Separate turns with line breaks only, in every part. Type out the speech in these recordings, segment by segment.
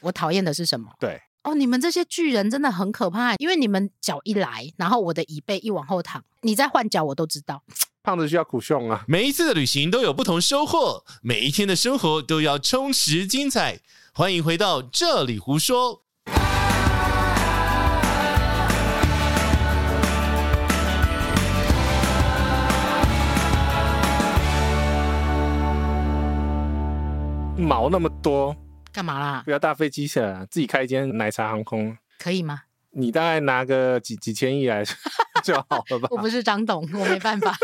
我讨厌的是什么？
对，
哦，你们这些巨人真的很可怕，因为你们脚一来，然后我的椅背一往后躺，你再换脚我都知道。
胖子需要苦胸啊。
每一次的旅行都有不同收获，每一天的生活都要充实精彩。欢迎回到这里胡说。
毛那么多，
干嘛啦？
不要搭飞机去了，自己开一间奶茶航空，
可以吗？
你大概拿个几几千亿来 就好了吧
我？不是张董，我没办法。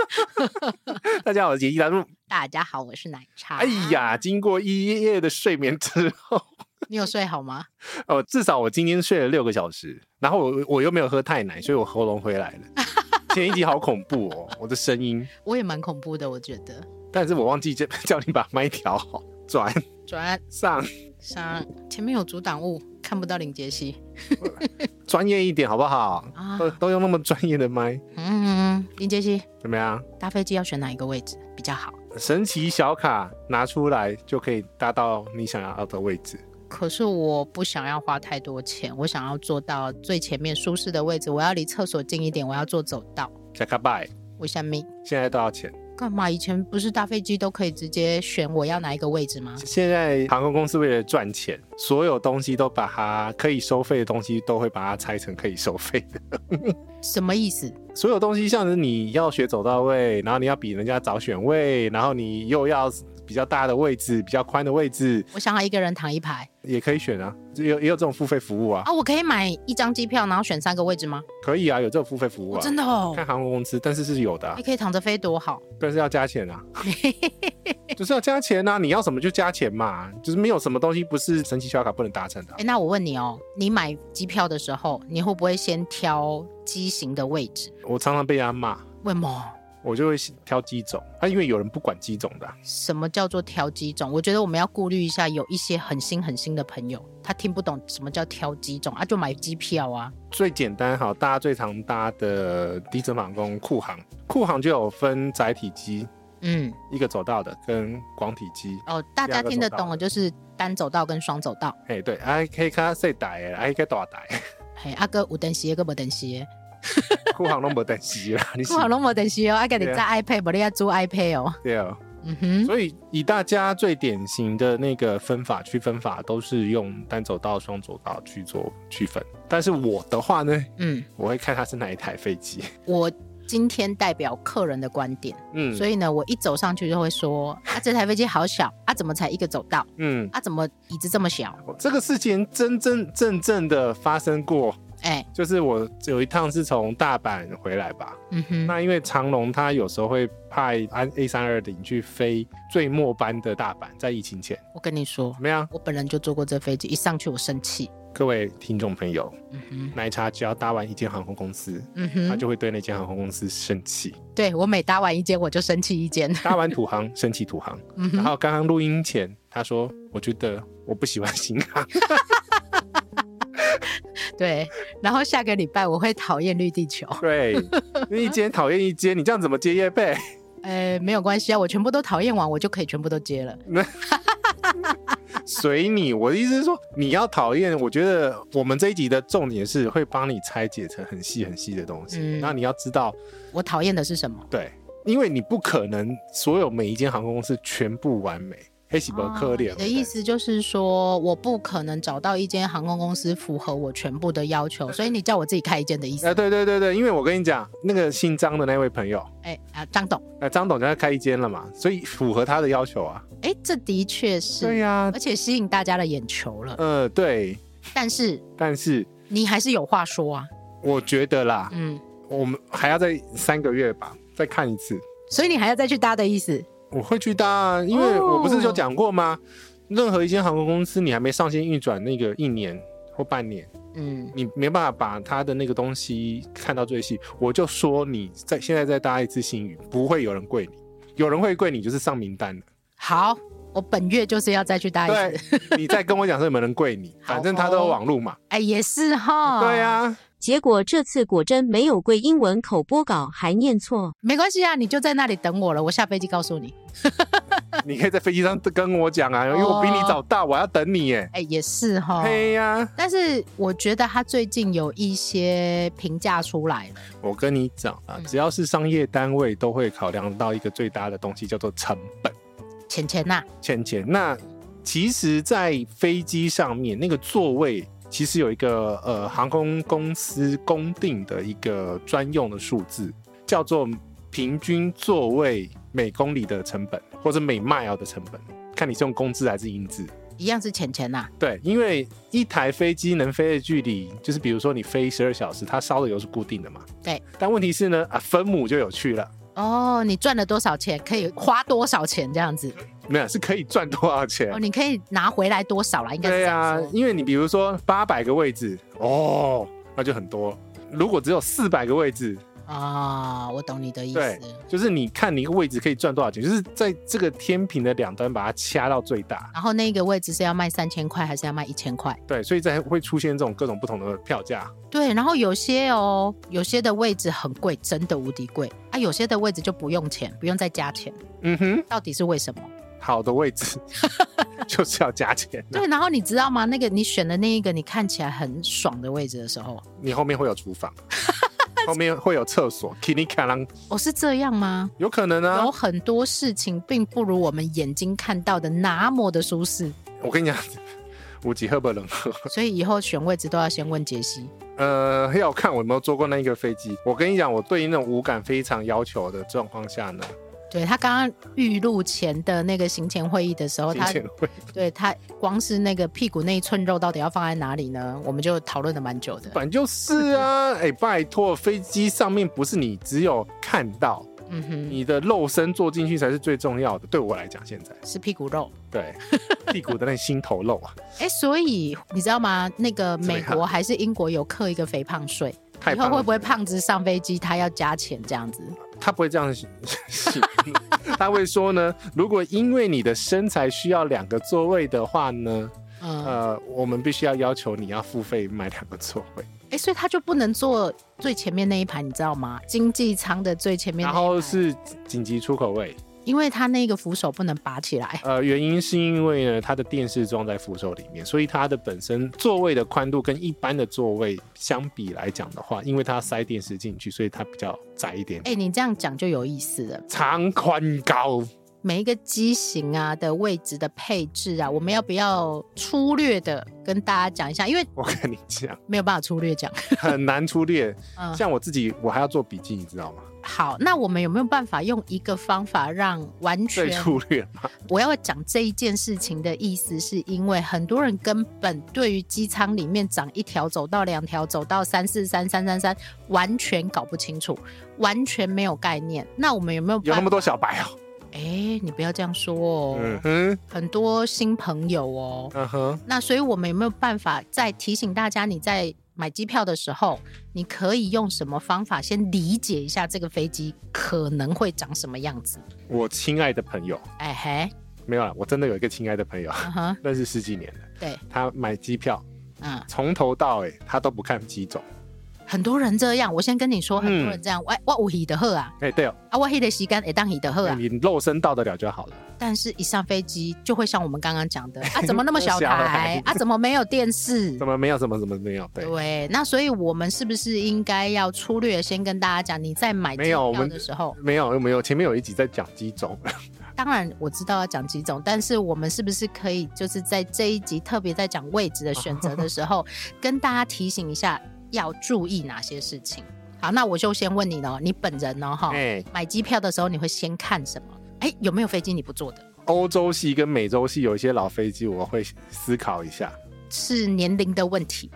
大家好，我是伊达路。
大家好，我是奶茶。
哎，呀，经过一夜的睡眠之后，
你有睡好吗？
哦，至少我今天睡了六个小时，然后我我又没有喝太奶，所以我喉咙回 来了。前一集好恐怖哦，我的声音，
我也蛮恐怖的，我觉得。
但是我忘记叫叫你把麦调好，转
转
上
上前面有阻挡物，看不到林杰西
专业一点好不好？
啊。
都都用那么专业的麦，
嗯，林杰西，
怎么样？
搭飞机要选哪一个位置比较好？
神奇小卡拿出来就可以搭到你想要的位置。
可是我不想要花太多钱，我想要坐到最前面舒适的位置，我要离厕所近一点，我要坐走道。
加卡拜
为什么？
现在多少钱？
干嘛？以前不是搭飞机都可以直接选我要哪一个位置吗？
现在航空公司为了赚钱，所有东西都把它可以收费的东西都会把它拆成可以收费的。
什么意思？
所有东西像是你要学走到位，然后你要比人家早选位，然后你又要比较大的位置、比较宽的位置，
我想要一个人躺一排
也可以选啊。也有也有这种付费服务啊，
啊！我可以买一张机票，然后选三个位置吗？
可以啊，有这种付费服务
我、
啊。
真的哦，
看航空公司，但是是有的、啊
还，可以躺着飞多好！
但是要加钱啊， 就是要加钱啊！你要什么就加钱嘛，就是没有什么东西不是神奇小卡不能达成的啊、
哎，那我问你哦，你买机票的时候，你会不会先挑机型的位置？
我常常被人家骂，
为什么？
我就会挑机种，啊，因为有人不管机种的啊、
什么叫做挑机种？我觉得我们要顾虑一下，有一些很新很新的朋友，他听不懂什么叫挑机种啊，就买机票啊。
最简单哈，大家最常搭的低程航空库航，库航就有分窄体机，
嗯，
一个走道的跟广体机。
哦，大家
两个
听得
走道
懂的就是单走道跟双走道。
哎，对，哎，可以看细台的，哎，可以大台的，
嘿，阿哥有等鞋，个无等鞋，
库航拢无等级啦，你是
我好拢无等鞋哦，阿哥你
对啊
在 iPad，无你要租 iPad 哦。
对哦。
嗯哼，
所以以大家最典型的那个分法区分法，都是用单走道、双走道去做区分。但是我的话呢，
嗯，
我会看它是哪一台飞机。
我今天代表客人的观点，
嗯，
所
以
以呢，我一走上去就会说，啊，这台飞机好小，啊，怎么才一个走道？
嗯，
啊，怎么椅子这么小？
这个事情真真正正的发生过，
哎、
就是我有一趟是从大阪回来吧。
嗯哼，
那因为长龙它有时候会派安 A 三二零去飞最末班的大阪，在疫情前
我跟你说
怎，么样？
我本人就坐过这飞机，一上去我生气。
各位听众朋友，
嗯哼，
奶茶只要搭完一间航空公司，
嗯
他
哼，
就会对那间航空公司生气。
对我每搭完一间我就生气一间。
搭完土航，生气土航。
嗯
然
哼，
后刚刚录音前，他说：“我觉得我不喜欢新 航。
对，然后下个礼拜我会讨厌绿地球。”
对，那一间讨厌一间，你这样怎么接 业配？
呃，没有关系啊，我全部都讨厌完，我就可以全部都接了。
随你。我的意思是说，你要讨厌，我觉得我们这一集的重点是会帮你拆解成很细很细的东西。
嗯
那你要知道，
我讨厌的是什么？
对，因为你不可能所有每一间航空公司全部完美。黑喜伯
哦
克
你
列
的意思就是说，我不可能找到一间航空公司符合我全部的要求，所以你叫我自己开一间的意思
啊，？对对对对，因为我跟你讲，那个姓张的那位朋友，
哎啊，张董，
呃，张董家开一间了嘛，所以符合他的要求啊。
哎，这的确是，
对呀、
而且吸引大家的眼球了。
呃，对，
但是
但是
你还是有话说啊，
我觉得啦，
嗯，
我们还要再三个月吧，再看一次。
所以你还要再去搭的意思？
我会去搭啊，因为
哦
我不是就讲过吗？任何一间航空公司，你还没上线运转那个一年或半年，
嗯，
你没办法把它的那个东西看到最细。我就说你在现在再搭一次新宇，不会有人跪你，有人会跪你就是上名单的。
好，我本月就是要再去搭一次。
对，你再跟我讲说有没有人跪你，
好哦
反正他都有网路嘛。
哎，也是哈。
对啊，
结果这次果真没有跪，英文口播稿还念错。
没关系啊，你就在那里等我了，我下飞机告诉你。
你可以在飞机上跟我讲啊，因为我比
哦
你早到，我要等你耶。
哎，也是哈。
嘿呀，
但是我觉得他最近有一些评价出来了，
我跟你讲啊
嗯，
只要是商业单位都会考量到一个最大的东西叫做成本。
钱钱呐，
浅浅。那其实，在飞机上面那个座位，其实有一个呃航空公司公定的一个专用的数字，叫做平均座位每公里的成本，或者每 mile 的成本，看你是用工资还是英资。
一样是钱钱呐。
对，因为一台飞机能飞的距离，就是比如说你飞十二小时，它烧的油是固定的嘛。
对。
但问题是呢，啊，分母就有趣了，
哦，你赚了多少钱，可以花多少钱这样子。
没有是可以赚多少钱
哦，？你可以拿回来多少啦？应该是
对
这样
啊
说，
因为你比如说八百个位置哦，那就很多。如果只有四百个位置，
啊、我懂你的意
对
思。
就是你看你一个位置可以赚多少钱，就是在这个天平的两端把它掐到最大。
然后那个位置是要卖三千块，还是要卖一千块？
对，所以才会出现这种各种不同的票价。
对，然后有些哦，有些的位置很贵，真的无敌贵啊；有些的位置就不用钱，不用再加钱，
嗯哼，
到底是为什么？
好的 位置就是要加钱，
对，然后你知道吗？那个你选的那一个你看起来很爽的位置的时候，
你后面会有厨房， 后面会有厕所，kini k a l a n
哦，是这样吗？
有可能啊
有。很多事情并不如我们眼睛看到的那么的舒适，
我跟你讲，五级赫伯冷喝。
所以以后选位置都要先问杰西。
呃，要看我有没有坐过那一个飞机。我跟你讲，我对于那种无感非常要求的状况下呢，
对他刚刚预录前的那个行前会议的时候，
金
哦他
钱会
对他光是那个屁股那一寸肉到底要放在哪里呢？我们就讨论的蛮久的。
反正就是 啊，哎、拜托，飞机上面不是你只有看到，
嗯哼，
你的肉身坐进去才是最重要的。对我来讲，现在
是屁股肉。
对屁股的那心头肉啊，
哎，所以你知道吗？那个
怎么
美
样
国还是英国有刻一个肥胖税，
太
以后
棒了
会不会？胖子上飞机他要加钱这样子？
他不会 这样想，他会说呢，如果因为你的身材需要两个座位的话呢，
嗯，
呃，我们必须要要求你要付费买两个座位。
哎，所以他就不能坐最前面那一排，你知道吗？经济舱的最前面那一
然
排，
后是紧急出口位，
因为他那个扶手不能拔起来，
呃，原因是因为呢，它的电视装在扶手里面，所以它的本身座位的宽度跟一般的座位相比来讲的话，因为它塞电视进去，所以它比较窄一点，
哎，你这样讲就有意思了。
长宽高。
每一个机型啊的位置的配置啊，我们要不要粗略的跟大家讲一下？因为
我跟你讲，
没有办法粗略讲。
很难粗略。
嗯，
像我自己，我还要做笔记，你知道吗？
好，那我们有没有办法用一个方法让完全
最？粗略嘛，
我要讲这一件事情的意思，是因为很多人根本对于机舱里面长一条走道、两条走道、三四三三三三，完全搞不清楚，完全没有概念。那我们有没有办
有那么多小白哦。
哎、你不要这样说哦，
嗯哼，
很多新朋友哦。
嗯哼，
那所以我们有没有办法再提醒大家，你在买机票的时候，你可以用什么方法先理解一下这个飞机可能会长什么样子？
我亲爱的朋友，
哎嘿，
没有啦，我真的有一个亲爱的朋友，
嗯哼，
认识十几年了，
对，
他买机票
嗯，
从头到尾他都不看机种。
很多人这样，我先跟你说，很多
嗯
人这样，我我有喜的喝啊，
哎、对哦，
啊，我黑的时间也当喜的喝啊，
你肉身到得了就好了。
但是一上飞机就会像我们刚刚讲 的，啊，怎么那么小
小
台
台？
啊，怎么没有电视
怎？么没有？怎么怎么没有？对，
对，那所以我们是不是应该要粗略先跟大家讲，你在买机
没有
票
我们
的时候，
没有没有，前面有一集在讲机种，
当然我知道要讲几种，但是我们是不是可以就是在这一集特别在讲位置的选择的时 候，跟大家提醒一下要注意哪些事情？好，那我就先问你了，你本人哦哈，
哎，
买机票的时候你会先看什么？哎，有没有飞机你不坐的？
欧洲系跟美洲系有一些老飞机，我会思考一下，
是年龄的问题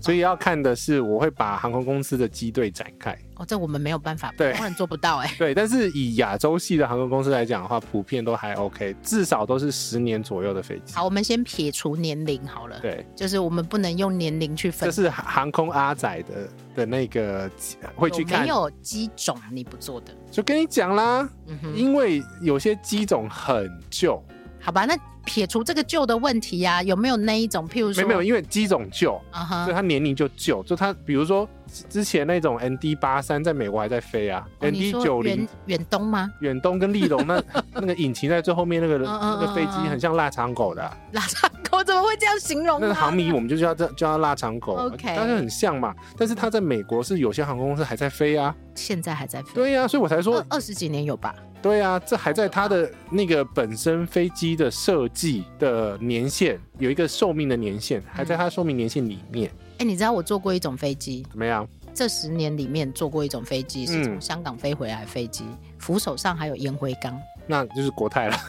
所以要看的是，我会把航空公司的机队展开。
哦，这我们没有办法，
对
很多人做不到哎、
对，但是以亚洲系的航空公司来讲的话，普遍都还 OK，至少都是十年左右的飞机。
好，我们先撇除年龄好了，
对，
就是我们不能用年龄去分
这。是航航空阿仔的的那个会去
有
看
没，有机种你不做的？
就跟你讲啦，
嗯哼，
因为有些机种很旧，
好吧，那撇除这个旧的问题呀、有没有那一种，譬如
没
说，
有没有，因为机种旧，
啊哈，
所以它年龄就旧，就它比如说之前那种 ND 八三在美国还在飞啊
哦你
，ND 九
说
零
远远东吗？
远东跟立龙那 那个引擎在最后面那个
嗯嗯
那个飞机
嗯嗯
很像腊肠狗的啊，
拉萨狗怎么会这样形容啊
那
呢？
个航迷我们就叫这叫它腊肠狗
哦 OK
但是很像嘛。但是它在美国是有些航空公司还在飞啊，
现在还在飞，
对啊呀、所以我才说
二二十几年有吧？
对啊，这还在它的那个本身飞机的设计的年限有一个寿命的年限，还在它寿命年限里面，
哎、你知道我坐过一种飞机，
怎么样？
这十年里面坐过一种飞机，是从
嗯
香港飞回来的飞机，扶手上还有烟灰缸。
那就是国泰 了。
啊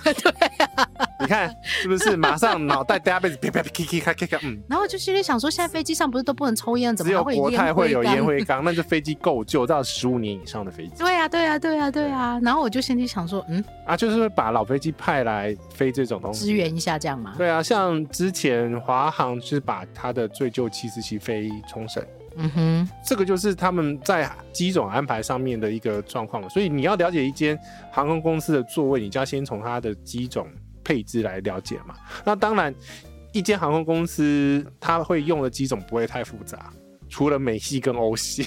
对、你看是不是？马上脑袋 database 啪啪啪咔咔咔咔咔，嗯，
然后我就心里想说，现在飞机上不是都不能抽烟，怎
只
么还
有
会
国泰会有
缸
烟灰缸，那这飞机够旧，到十五年以上的飞机
对呀、对呀、啊对呀、对呀、然后我就心里想说，嗯，
啊，就是会把老飞机派来飞这种东
支
西。
援一下这样嘛。
对啊，像之前华航就是把它的最旧七四七飞冲绳。
嗯哼，
这个就是他们在机种安排上面的一个状况了。所以你要了解一间航空公司的座位，你就要先从它的机种配置来了解嘛。那当然，一间航空公司它会用的机种不会太复杂，除了美系跟欧系。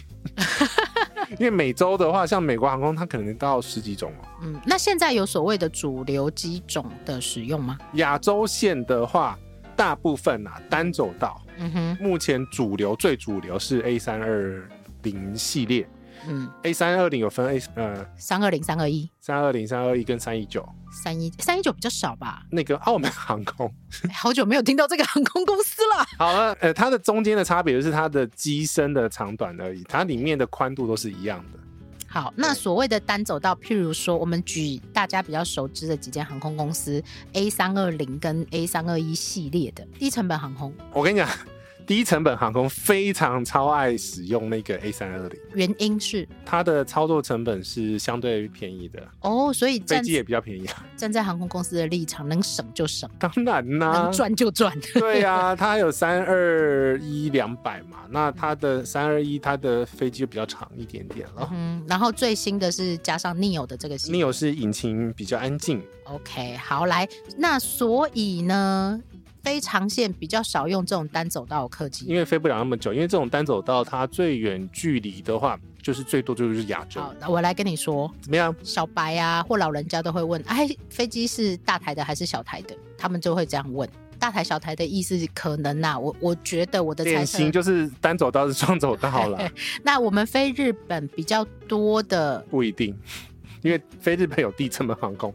因为美洲的话，像美国航空，它可能到十几种哦。
嗯，那现在有所谓的主流机种的使用吗？
亚洲线的话，大部分啊单走道，
嗯哼，
目前主流最主流是 A 三二零系列
嗯，
，A 三二零有分 A 呃
三二零、三二一、
三二零、三二一跟三一九，
三一、三一九比较少吧、
那个澳门 航空。
哎好久没有听到这个航空公司了。
好了， 呃，它的中间的差别就是它的机身的长短而已，它里面的宽度都是一样的。
好，那所谓的单走道，譬如说，我们举大家比较熟知的几间航空公司 A 三二零跟 A 三二一系列的低成本航空，
我跟你讲，低成本航空非常超爱使用那个 A 三二零，
原因是
它的操作成本是相对便宜的，
哦，所以
飞
站
机也比较便宜啊。
站在航空公司的立场，能省就省，
当然啦、
能赚就 赚。
对呀、它有三二一两百嘛，那它的三二一它的飞机就比较长一点点了。
嗯，然后最新的是加上 neo 的这个系
n
列
e o 是引擎比较安静，
OK，好来，那所以呢，非常线比较少用这种单走道的客机
因。为飞不了那么久，因为这种单走道它最远距离的话，就是最多就是亚洲，
好，那我来跟你说，
怎么样？
小白啊或老人家都会问，哎，飞机是大台的还是小台的？他们就会这样问。大台小台的意思可能呐、我我觉得我的猜
典型
测，
就是单走道是双走道啦，
那我们飞日本比较多的，
不一定，因为飞日本有地成本航空。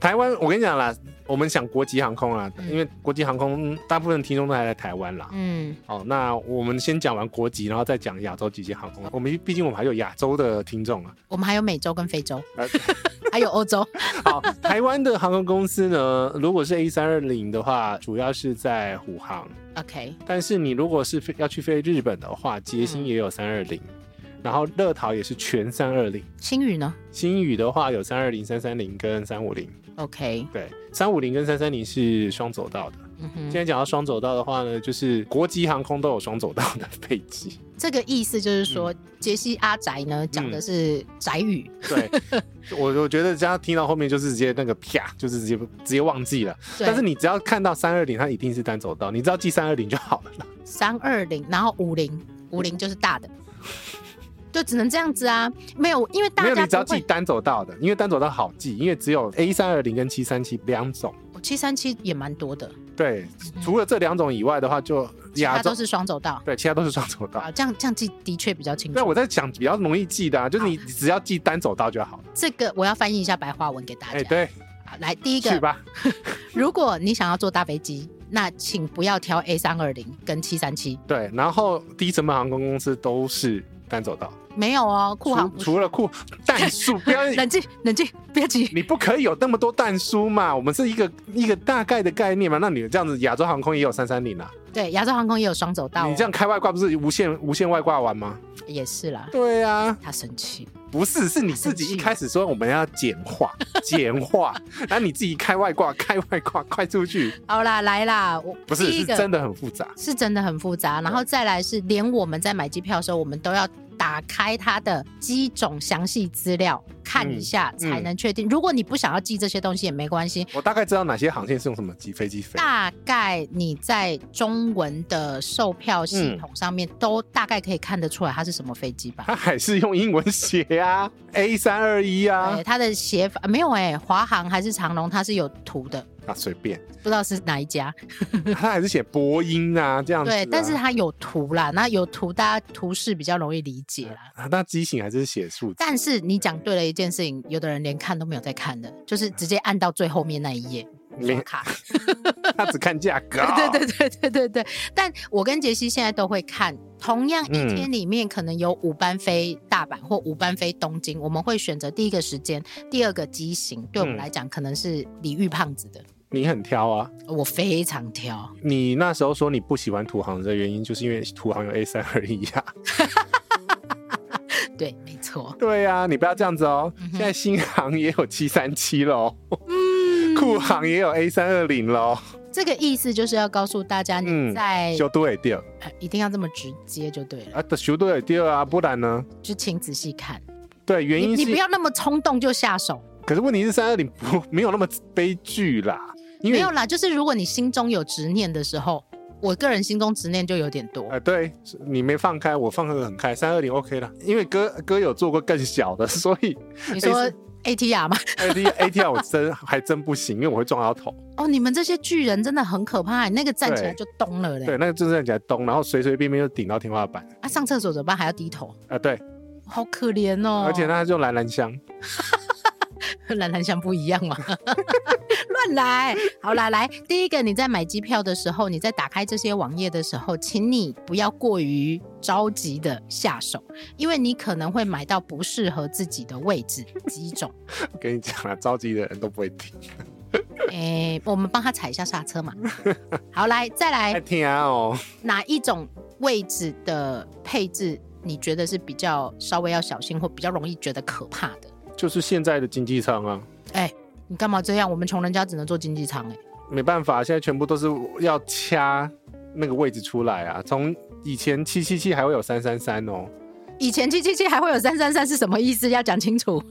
台湾，我跟你讲啦，我们想国际航空啦，
嗯
因为国际航空嗯大部分听众都还在台湾啦。
嗯，
哦，那我们先讲完国籍，然后再讲亚洲几间航空。我们毕竟我们还有亚洲的听众 啊。
我们还有美洲跟非 洲，
呃
还有欧洲，
好，台湾的航空公司呢，如果是 A 三二零的话，主要是在虎航。
OK，
但是你如果是飞要去飞日本的话，捷星
嗯
也有三二零，然后乐桃也是全三二零，
星宇呢
星宇的话有三二零、三三零跟三五零。
？OK，
对，三五零跟三三零是双走道的。
嗯
现
哼，
在讲到双走道的话呢，就是国际航空都有双走道的 飞机。
这个意思就是说，
嗯
杰西阿宅呢讲的是宅语，
对，我我觉得这样听到后面就是直接那个啪，就是直接直接忘记了。
对
但是你只要看到三二零，它一定是单走道，你只要记三二零就好了。
三二零，然后五零，五零就是大的，就只能这样子啊，没有，因为
没
大
有，你只
家
要
不
记
会，
单走道的，因为单走道好记，因为只有 A 三二零跟七三七两种。
七三七也蛮多的，
对，除了这两种以外的话，就
其他
亚洲
都是双走道。
对，其他都是双走道
啊，。这样这样记的确比较清
那
楚。
我在讲比较容易记的啊，就是你只要记单走道就好了。
这个我要翻译一下白话文给大
哎，
家。
对，
好来第一
去
个，
吧。
如果你想要坐大飞机，那请不要挑 A 三二零跟七三七，
对，然后低成本航空公司都是单走道，
没有哦，酷航
除除了酷蛋 数，不要
冷静冷静，别急。
你不可以有那么多蛋书嘛，我们是一个一个大概的概念嘛。那你这样子，亚洲航空也有三三零啊，
对，亚洲航空也有双走道、哦，
你这样开外挂不是无限无限外挂玩吗？
也是啦。
对啊，
他生气，
不是，是你自己一开始说我们要简 化，简化，然后你自己开外挂，开外挂，快 出去，
好啦，来啦，我
不是
第一
是
个
真的很复杂。
是真的很复杂，然后再来是连我们在买机票的时候，我们都要打开它的机种详细资料看一下，
嗯
才能确定。如果你不想要记这些东西也没关系，
我大概知道哪些航线是用什么机飞机飞。
大概你在中文的售票
嗯
系统上面都大概可以看得出来它是什么飞机吧？
他还是用英文写 啊，A 三二一啊
对，，它的写法没有哎、华航还是长龙，它是有图的，
啊随便，
不知道是哪一家。
他还是写波音啊这样子啊、
对，但是它有图啦，那有图大家图示比较容易理解啦。
啊那机型还是写数字。
但是你讲对了一件事情，有的人连看都没有在看的，就是直接按到最后面那一页刷
没，
卡。。
他只看价格
对对对对对对。但我跟杰西现在都会看，同样一
嗯
天里面可能有五班飞大阪或五班飞东京，我们会选择第一个时间、第二个机型。对我们
嗯
来讲，可能是李玉胖子的，
你很挑啊！
我非常挑。
你那时候说你不喜欢土航的原因，就是因为土航有 A 三二一啊。
对，没错。
对啊，你不要这样子哦。
嗯哼
现在新航也有七三七喽，
嗯
酷航也有 A 三二零喽，
这个意思就是要告诉大家，你
嗯
在、
修对也掉
呃一定要这么直接就对了，
啊，修对也掉啊，不然呢？
就请仔细看。
对，原
你
因
你
是
不要那么冲动就下手，
可是问题是三二零不没有那么悲剧啦，因
没
为
有啦。就是如果你心中有执念的时候，我个人心中执念就有点多。
呃，对是你没放开，我放得很开，三二零 OK 啦，因为哥哥有做过更小的，所以
你说 ATR 吗？
AT ATR 我真还真不行，因为我会撞到头，
哦，你们这些巨人真的很可怕，哎那个站起来就咚了嘞
对，。那个就是起来咚，然后随随便便就顶到天花板，
啊，上厕所怎么办？还要低头，
啊、对，
好可怜哦。
而且它就蓝蓝香，
蓝蓝香不一样嘛， 乱来。好啦，来，第一个，你在买机票的时候，你在打开这些网页的时候，请你不要过于着急的下手，因为你可能会买到不适合自己的位 置机种。
我跟你讲啦， 着急的人都不会听，
诶、我们帮他踩一下刹车 嘛。好，来，再
爱
来，
听啊哦，
哪一种位置的配置你觉得是比较稍微要小心或比较容易觉得可怕的？哎
就是现在的经济舱啊，
你干嘛这样？我们穷人家只能坐经济舱诶、哎
没办法，现在全部都是要掐那个位置出来啊，从以前七七七还会有三三三哦。
以前七七七还会有三三三是什么意思？要讲清楚。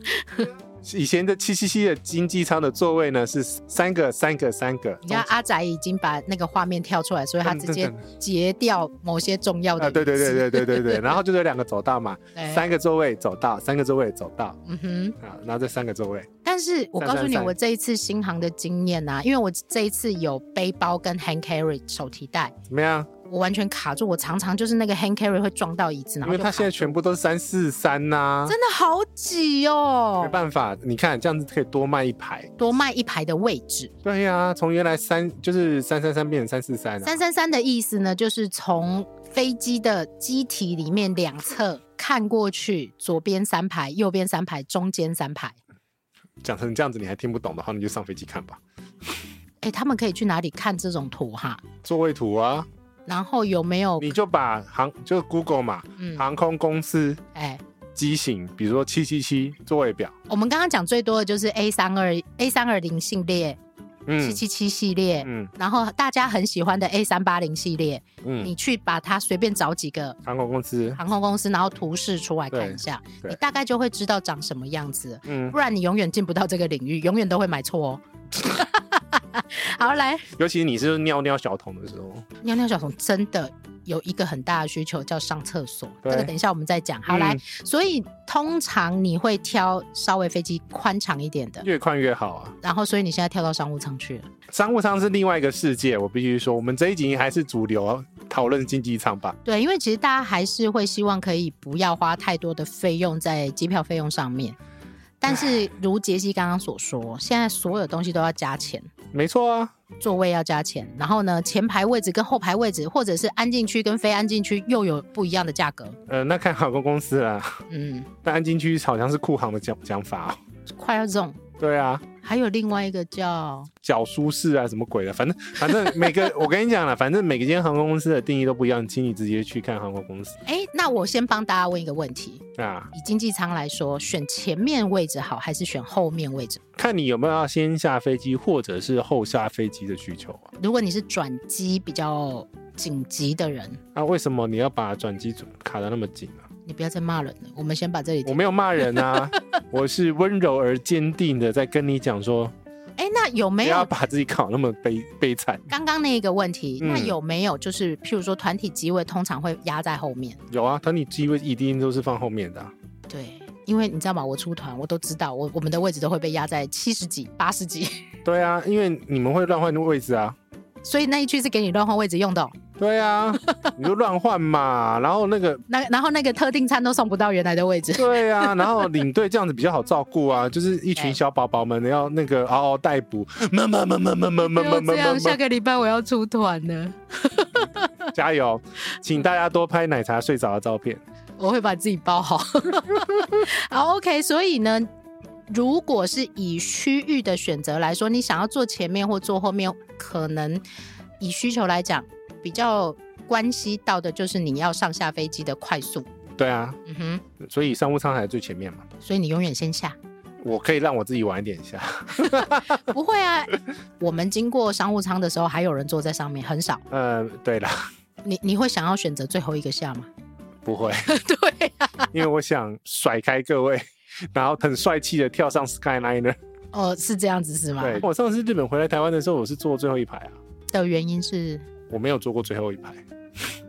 以前的七七七的经济舱的座位呢是三个三个三个，
你看阿宅已经把那个画面跳出来，所以他直接
嗯
截掉某些重要的、
啊对对对。对对对 对，然后就是有两个走道嘛，
对
三个座位走道，三个座位走道
嗯哼，
啊，然后这三个座位，
但是我告诉你，
333
我这一次新航的经验啊，因为我这一次有背包跟 hand carry 手提袋，
怎么样？
我完全卡住，我常常就是那个 hand carry 会撞到椅子，然后
因为
就
它
卡
现在全部都是三四三呐，
真的好挤哦
没，办法，你看这样子可以多卖一排。
多卖一排的位置。
对呀、从原来三就是三三三变成三四三啊
三三三的意思呢，就是从飞机的机体里面两侧看过去，左边三排，右边三排，中间三排。
讲成这样子你还听不懂的话，你就上飞机看吧。
哎，他们可以去哪里看这种图哈？
座位图啊，
然后有没有
你就把航就 Google 嘛，
嗯
航空公司
哎？
机型，比如说七七七座位表，
我们刚刚讲最多的就是 A 三二 A 三二零系列、
嗯
七七七系列，
嗯
然后大家很喜欢的 A 三八零系列，
嗯，
你去把它随便找几个
航空公司，
航空公司，然后图示出来看一下，
对对
你大概就会知道长什么样子了。
嗯
不，然你永远进不到这个领域，永远都会买错 哦。好，来
尤其你是尿尿小童的时候，
尿尿小童真的有一个很大的需求叫上厕所，这
对
个等一下我们再讲。好，
嗯
来，所以通常你会挑稍微飞机宽长一点的，
越宽越好啊。
然后所以你现在跳到商务舱去了。
商务舱是另外一个世界，我必须说，我们这一集还是主流讨论经济舱吧。
对，因为其实大家还是会希望可以不要花太多的费用在机票费用上面，但是如杰西刚刚所说，现在所有东西都要加钱。
没错啊，
座位要加钱，然后呢，前排位置跟后排位置，或者是安静区跟非安静区又有不一样的价格。
呃，那看航空公司啦。
嗯，
但安金区好像是酷航的讲讲法、哦，
快要这种，
对啊，
还有另外一个叫
脚舒适啊，什么鬼的，反正 反正每个，我跟你讲了，反正每个间航空公司的定义都不一样，请你直接去看航空公司
哎，那我先帮大家问一个问题：
啊，
以经济舱来说，选前面位置好还是选后面位置？
看你有没有要先下飞机或者是后下飞机的需求啊。
如果你是转机比较紧急的人，
啊那、为什么你要把转机卡的那么紧呢、啊
你不要再骂人了，我们先把这里停。
我没有骂人啊，我是温柔而坚定的在跟你讲说，
哎，那有
不
没
要
有
把自己搞那么悲 悲惨。
刚刚那一个问题？
嗯
那有没有就是譬如说团体机位通常会压在后面？
有啊，团体机会一定都是放后面的啊、
对，因为你知道吗？我出团我都知道，我我们的位置都会被压在七十几、八十几，
对啊，因为你们会乱换位置啊。
所以那一区是给你乱换位置用的哦、
对啊，你就乱换嘛。然后那个，
那然后那个特定餐都送不到原来的位 置。
对啊，然后领队这样子比较好照顾啊，就是一群小宝宝们要那个啊哦嗷嗷待哺，么么么么么么么么么么，
个礼拜我要出团了，
加油！请大家多拍奶茶睡着的照片。
我会把自己包好。好，OK，所以呢，如果是以区域的选择来说，你想要坐前面或坐后面，可能以需求来讲，比较关系到的就是你要上下飞机的快速。
对啊，
嗯哼，
所以商务舱还最前面嘛，
所以你永远先下。
我可以让我自己晚一点下。
不会啊，我们经过商务舱的时候，还有人坐在上面，很少。
呃，对啦，
你你会想要选择最后一个下吗？
不会，
对啊，
因为我想甩开各位，然后很帅气的跳上 Skyliner。
哦，是这样子是吗？
对，我上次日本回来台湾的时候，我是坐最后一排啊，
的原因是
我没有坐过最后一排，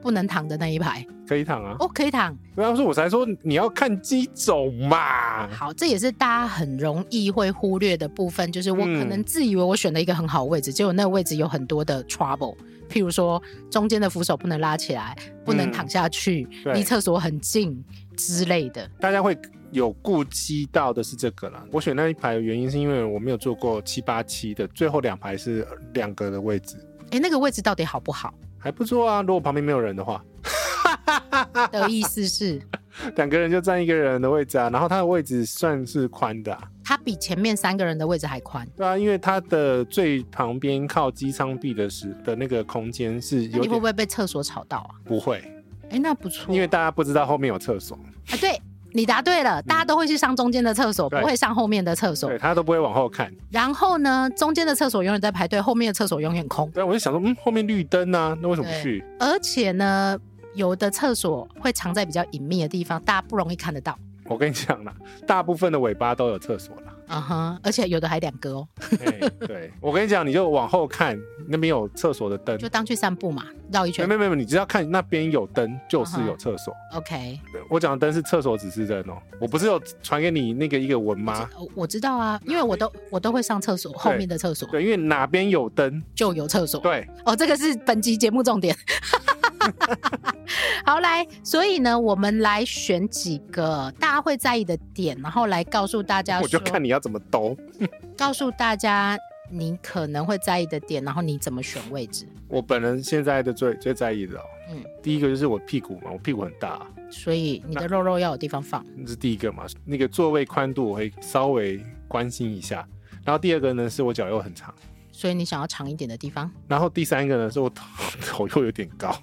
不能躺的那一排
可以躺啊。
哦，可以躺。
然后说我才说你要看机种嘛，
好，这也是大家很容易会忽略的部分，就是我
嗯
可能自以为我选了一个很好的位置，结果那个位置有很多的 trouble，譬如说中间的扶手不能拉起来，不能
嗯
躺下去，
对
离厕所很近之类的。
大家会有顾及到的是这个啦。我选那一排的原因是因为我没有坐过七八七的，最后两排是两个的位置，
诶，那个位置到底好不 好？
还不错啊。如果旁边没有人的话，
的意思是
两个人就占一个人的位置啊。然后它的位置算是宽的、啊，
它比前面三个人的位置还宽，
对啊，因为它的最旁边靠机舱壁的时的那个空间
那
是有
你会
点
不会被厕所吵到啊？
不会，
诶，那不错，
因为大家不知道后面有厕所，
啊，对你答对了，大家都会去上中间的厕所，不
嗯对
会上后面的厕所
对。他都不会往后看。
然后呢，中间的厕所永远在排队，后面的厕所永远空。
对啊，我就想说，嗯，后面绿灯啊，那为什么不
对
去？
而且呢，有的厕所会藏在比较隐秘的地方，大家不容易看得到。
我跟你讲啦，大部分的尾巴都有厕所啦。
嗯哼，而且有的还两个哦，
哎对，我跟你讲，你就往后看，那边有厕所的灯。
就当去散步嘛，绕一
没
圈。
没没，你只要看那边有灯，就是
嗯
有厕所。
OK，
我讲的灯是厕所指示灯哦，我不是有传给你那个一个文吗？
我我知道啊，因为我都我都会上厕所，后面的厕所
对，因为哪边有灯，
就有厕所。
对，
哦，这个是本集节目重点。 好，来，所以呢，我们来选几个大家会在意的点，然后来告诉大家
我就
说，
看你要怎么兜。
告诉大家你可能会在意的点，然后你怎么选位置。
我本人现在的最最在意的、哦，
嗯
嗯，第一个就是我屁股嘛，我屁股很大、
所以你的肉肉要有地方放。
这是第一个嘛。那个座位宽度我会稍微关心一下。然后第二个呢，是我脚又很长。
所以你想要长一点的地方。
然后第三个呢，是我头头 又有点高，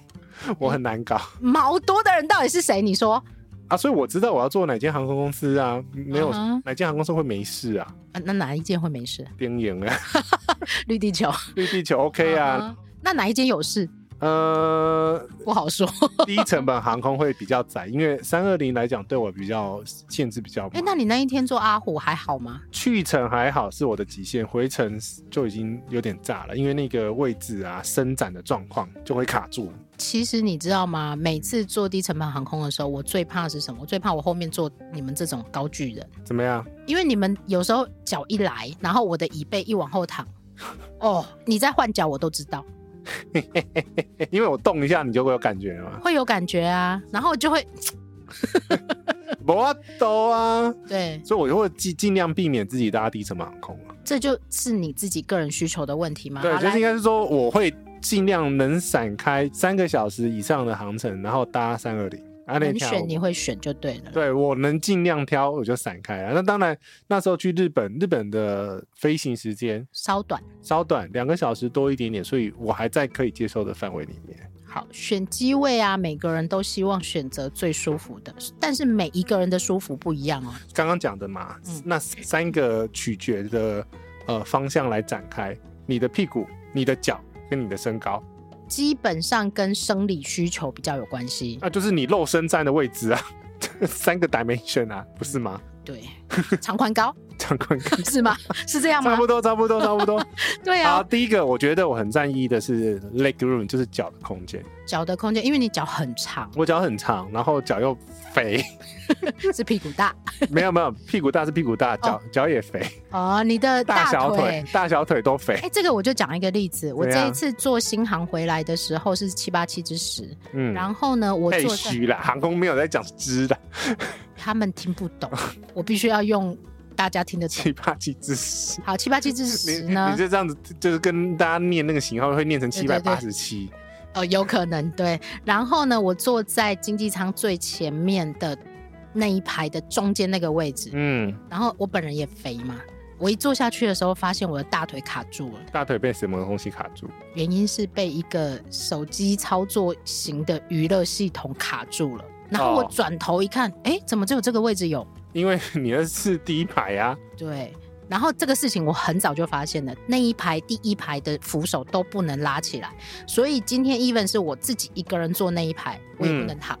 我很难搞
毛多的人到底是谁？你说，
啊，所以我知道我要做哪间航空公司啊，没有、
嗯哼
哪间航空公司会没事啊，
啊那哪一件会没事？
边缘啊，
绿地球。
绿地球 OK 啊，
嗯那哪一间有事？
呃，
不好说。
低成本航空会比较窄，因为三二零来讲对我比较限制比较
哎、
满，
那你那一天做阿虎还好吗？
去程还好是我的极限，回程就已经有点炸了，因为那个位置啊伸展的状况就会卡住，
其实你知道吗？每次坐低成本航空的时候，我最怕的是什么？我最怕我后面坐你们这种高巨人，
怎么样？
因为你们有时候脚一来，然后我的椅背一往后躺，哦，你在换脚我都知道，
因为我动一下你就会有感觉了嘛，
会有感觉啊，然后就会
我抖啊，
对，
所以我就会尽尽量避免自己搭低成本航空啊。
这就是你自己个人需求的问题吗？
对，
好
就
来
是应该是说我会尽量能闪开三个小时以上的航程，然后搭三二零。啊，那
能
条
选你会选就对了。
对我能尽量挑我就闪开啊。那当然，那时候去日本，日本的飞行时间
稍短。
稍短，两个小时多一点点，所以我还在可以接受的范围里面。
好，选机位啊，每个人都希望选择最舒服的，但是每一个人的舒服不一样哦。
刚刚讲的嘛，
嗯
那三个取决的呃方向来展开，你的屁股、你的脚跟你的身高，
基本上跟生理需求比较有关系。
那就是你肉身站的位置啊。 三个 dimension 啊，不是吗？
对，长宽高
长宽高，
是吗？是这样
差
吗
不？多，差 不多，差不多。
对
好，
啊，
第一个我觉得我很在意的是 leg room，就是脚的空间。
脚的空间，因为你脚很长，
我脚很长，然后脚又 肥，
是屁股大
没有没有，屁股大是屁股大，脚脚也肥，
哦，你的
大小
腿
腿。大小腿都肥
哎、。这个我就讲一个例子，我
怎
这一
样
次坐新航回来的时候是七八七之十，
嗯，
然后呢，我
太
坐在
虚了，航空没有在讲知的，
他们听不 懂，我必须要用大家听得懂。
七八七之十。
好，七八七至
你
十
你
呢？
就这样子，就是跟大家念那个型号会念成七百八十七，
哦，有可能对。然后呢，我坐在经济舱最前面的那一排的中间那个位置，
嗯，
然后我本人也肥嘛，我一坐下去的时候，发现我的大腿卡住了，
大腿被什么东西卡住？
原因是被一个手机操作型的娱乐系统卡住了。然后我
哦
转头一看，哎、怎么只有这个位置有？
因为你那是第一排啊，
对。然后这个事情我很早就发现了，那一排第一排的扶手都不能拉起来，所以今天 even 是我自己一个人坐那一排，我也不
嗯
能躺，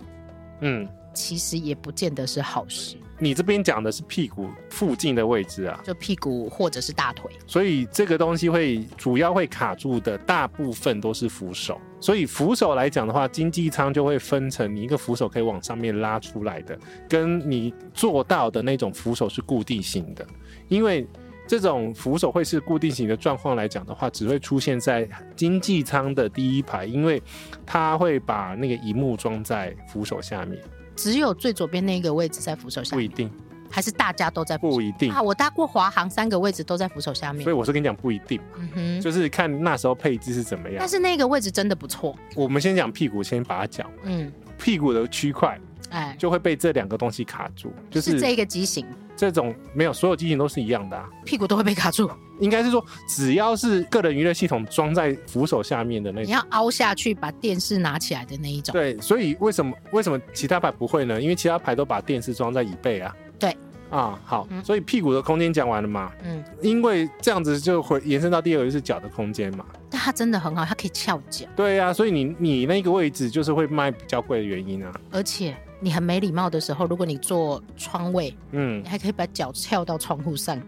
嗯，
其实也不见得是好事，
你这边讲的是屁股附近的位置啊，
就屁股或者是大腿。
所以这个东西会主要会卡住的大部分都是扶手，所以扶手来讲的话，经济舱就会分成你一个扶手可以往上面拉出来的，跟你做到的那种扶手是固定型的，因为。这种扶手会是固定型的状况来讲的话，只会出现在经济舱的第一排，因为它会把那个荧幕装在扶手下面，
只有最左边那个位置在扶手下
不一
面，
定，
还是大家都在扶手
不一定
啊，。我搭过华航，三个位置都在扶手下面
所以。我是跟你讲不一定，
嗯哼，
就是看那时候配置是怎么样
但。是那个位置真的不错。
我们先讲屁股，先把它讲完。
嗯，
屁股的区块
哎，
就会被这两个东西卡住，就是是
这一个机型，
这种没有所有机型都是一样的啊。
屁股都会被卡住，
应该是说，只要是个人娱乐系统装在扶手下面的那
你
种，
要凹下去把电视拿起来的那一种。
对，所以为什么为什么其他牌不会呢？因为其他牌都把电视装在椅背啊。
对。
啊，好
嗯，
所以屁股的空间讲完了嘛，
嗯，
因为这样子就回延伸到第二个就是脚的空间嘛，
但它真的很好，它可以翘脚，
对呀、啊，所以你你那个位置就是会卖比较贵的原因啊，
而且你很没礼貌的时候，如果你坐窗位，
嗯
你，还可以把脚翘到窗户上。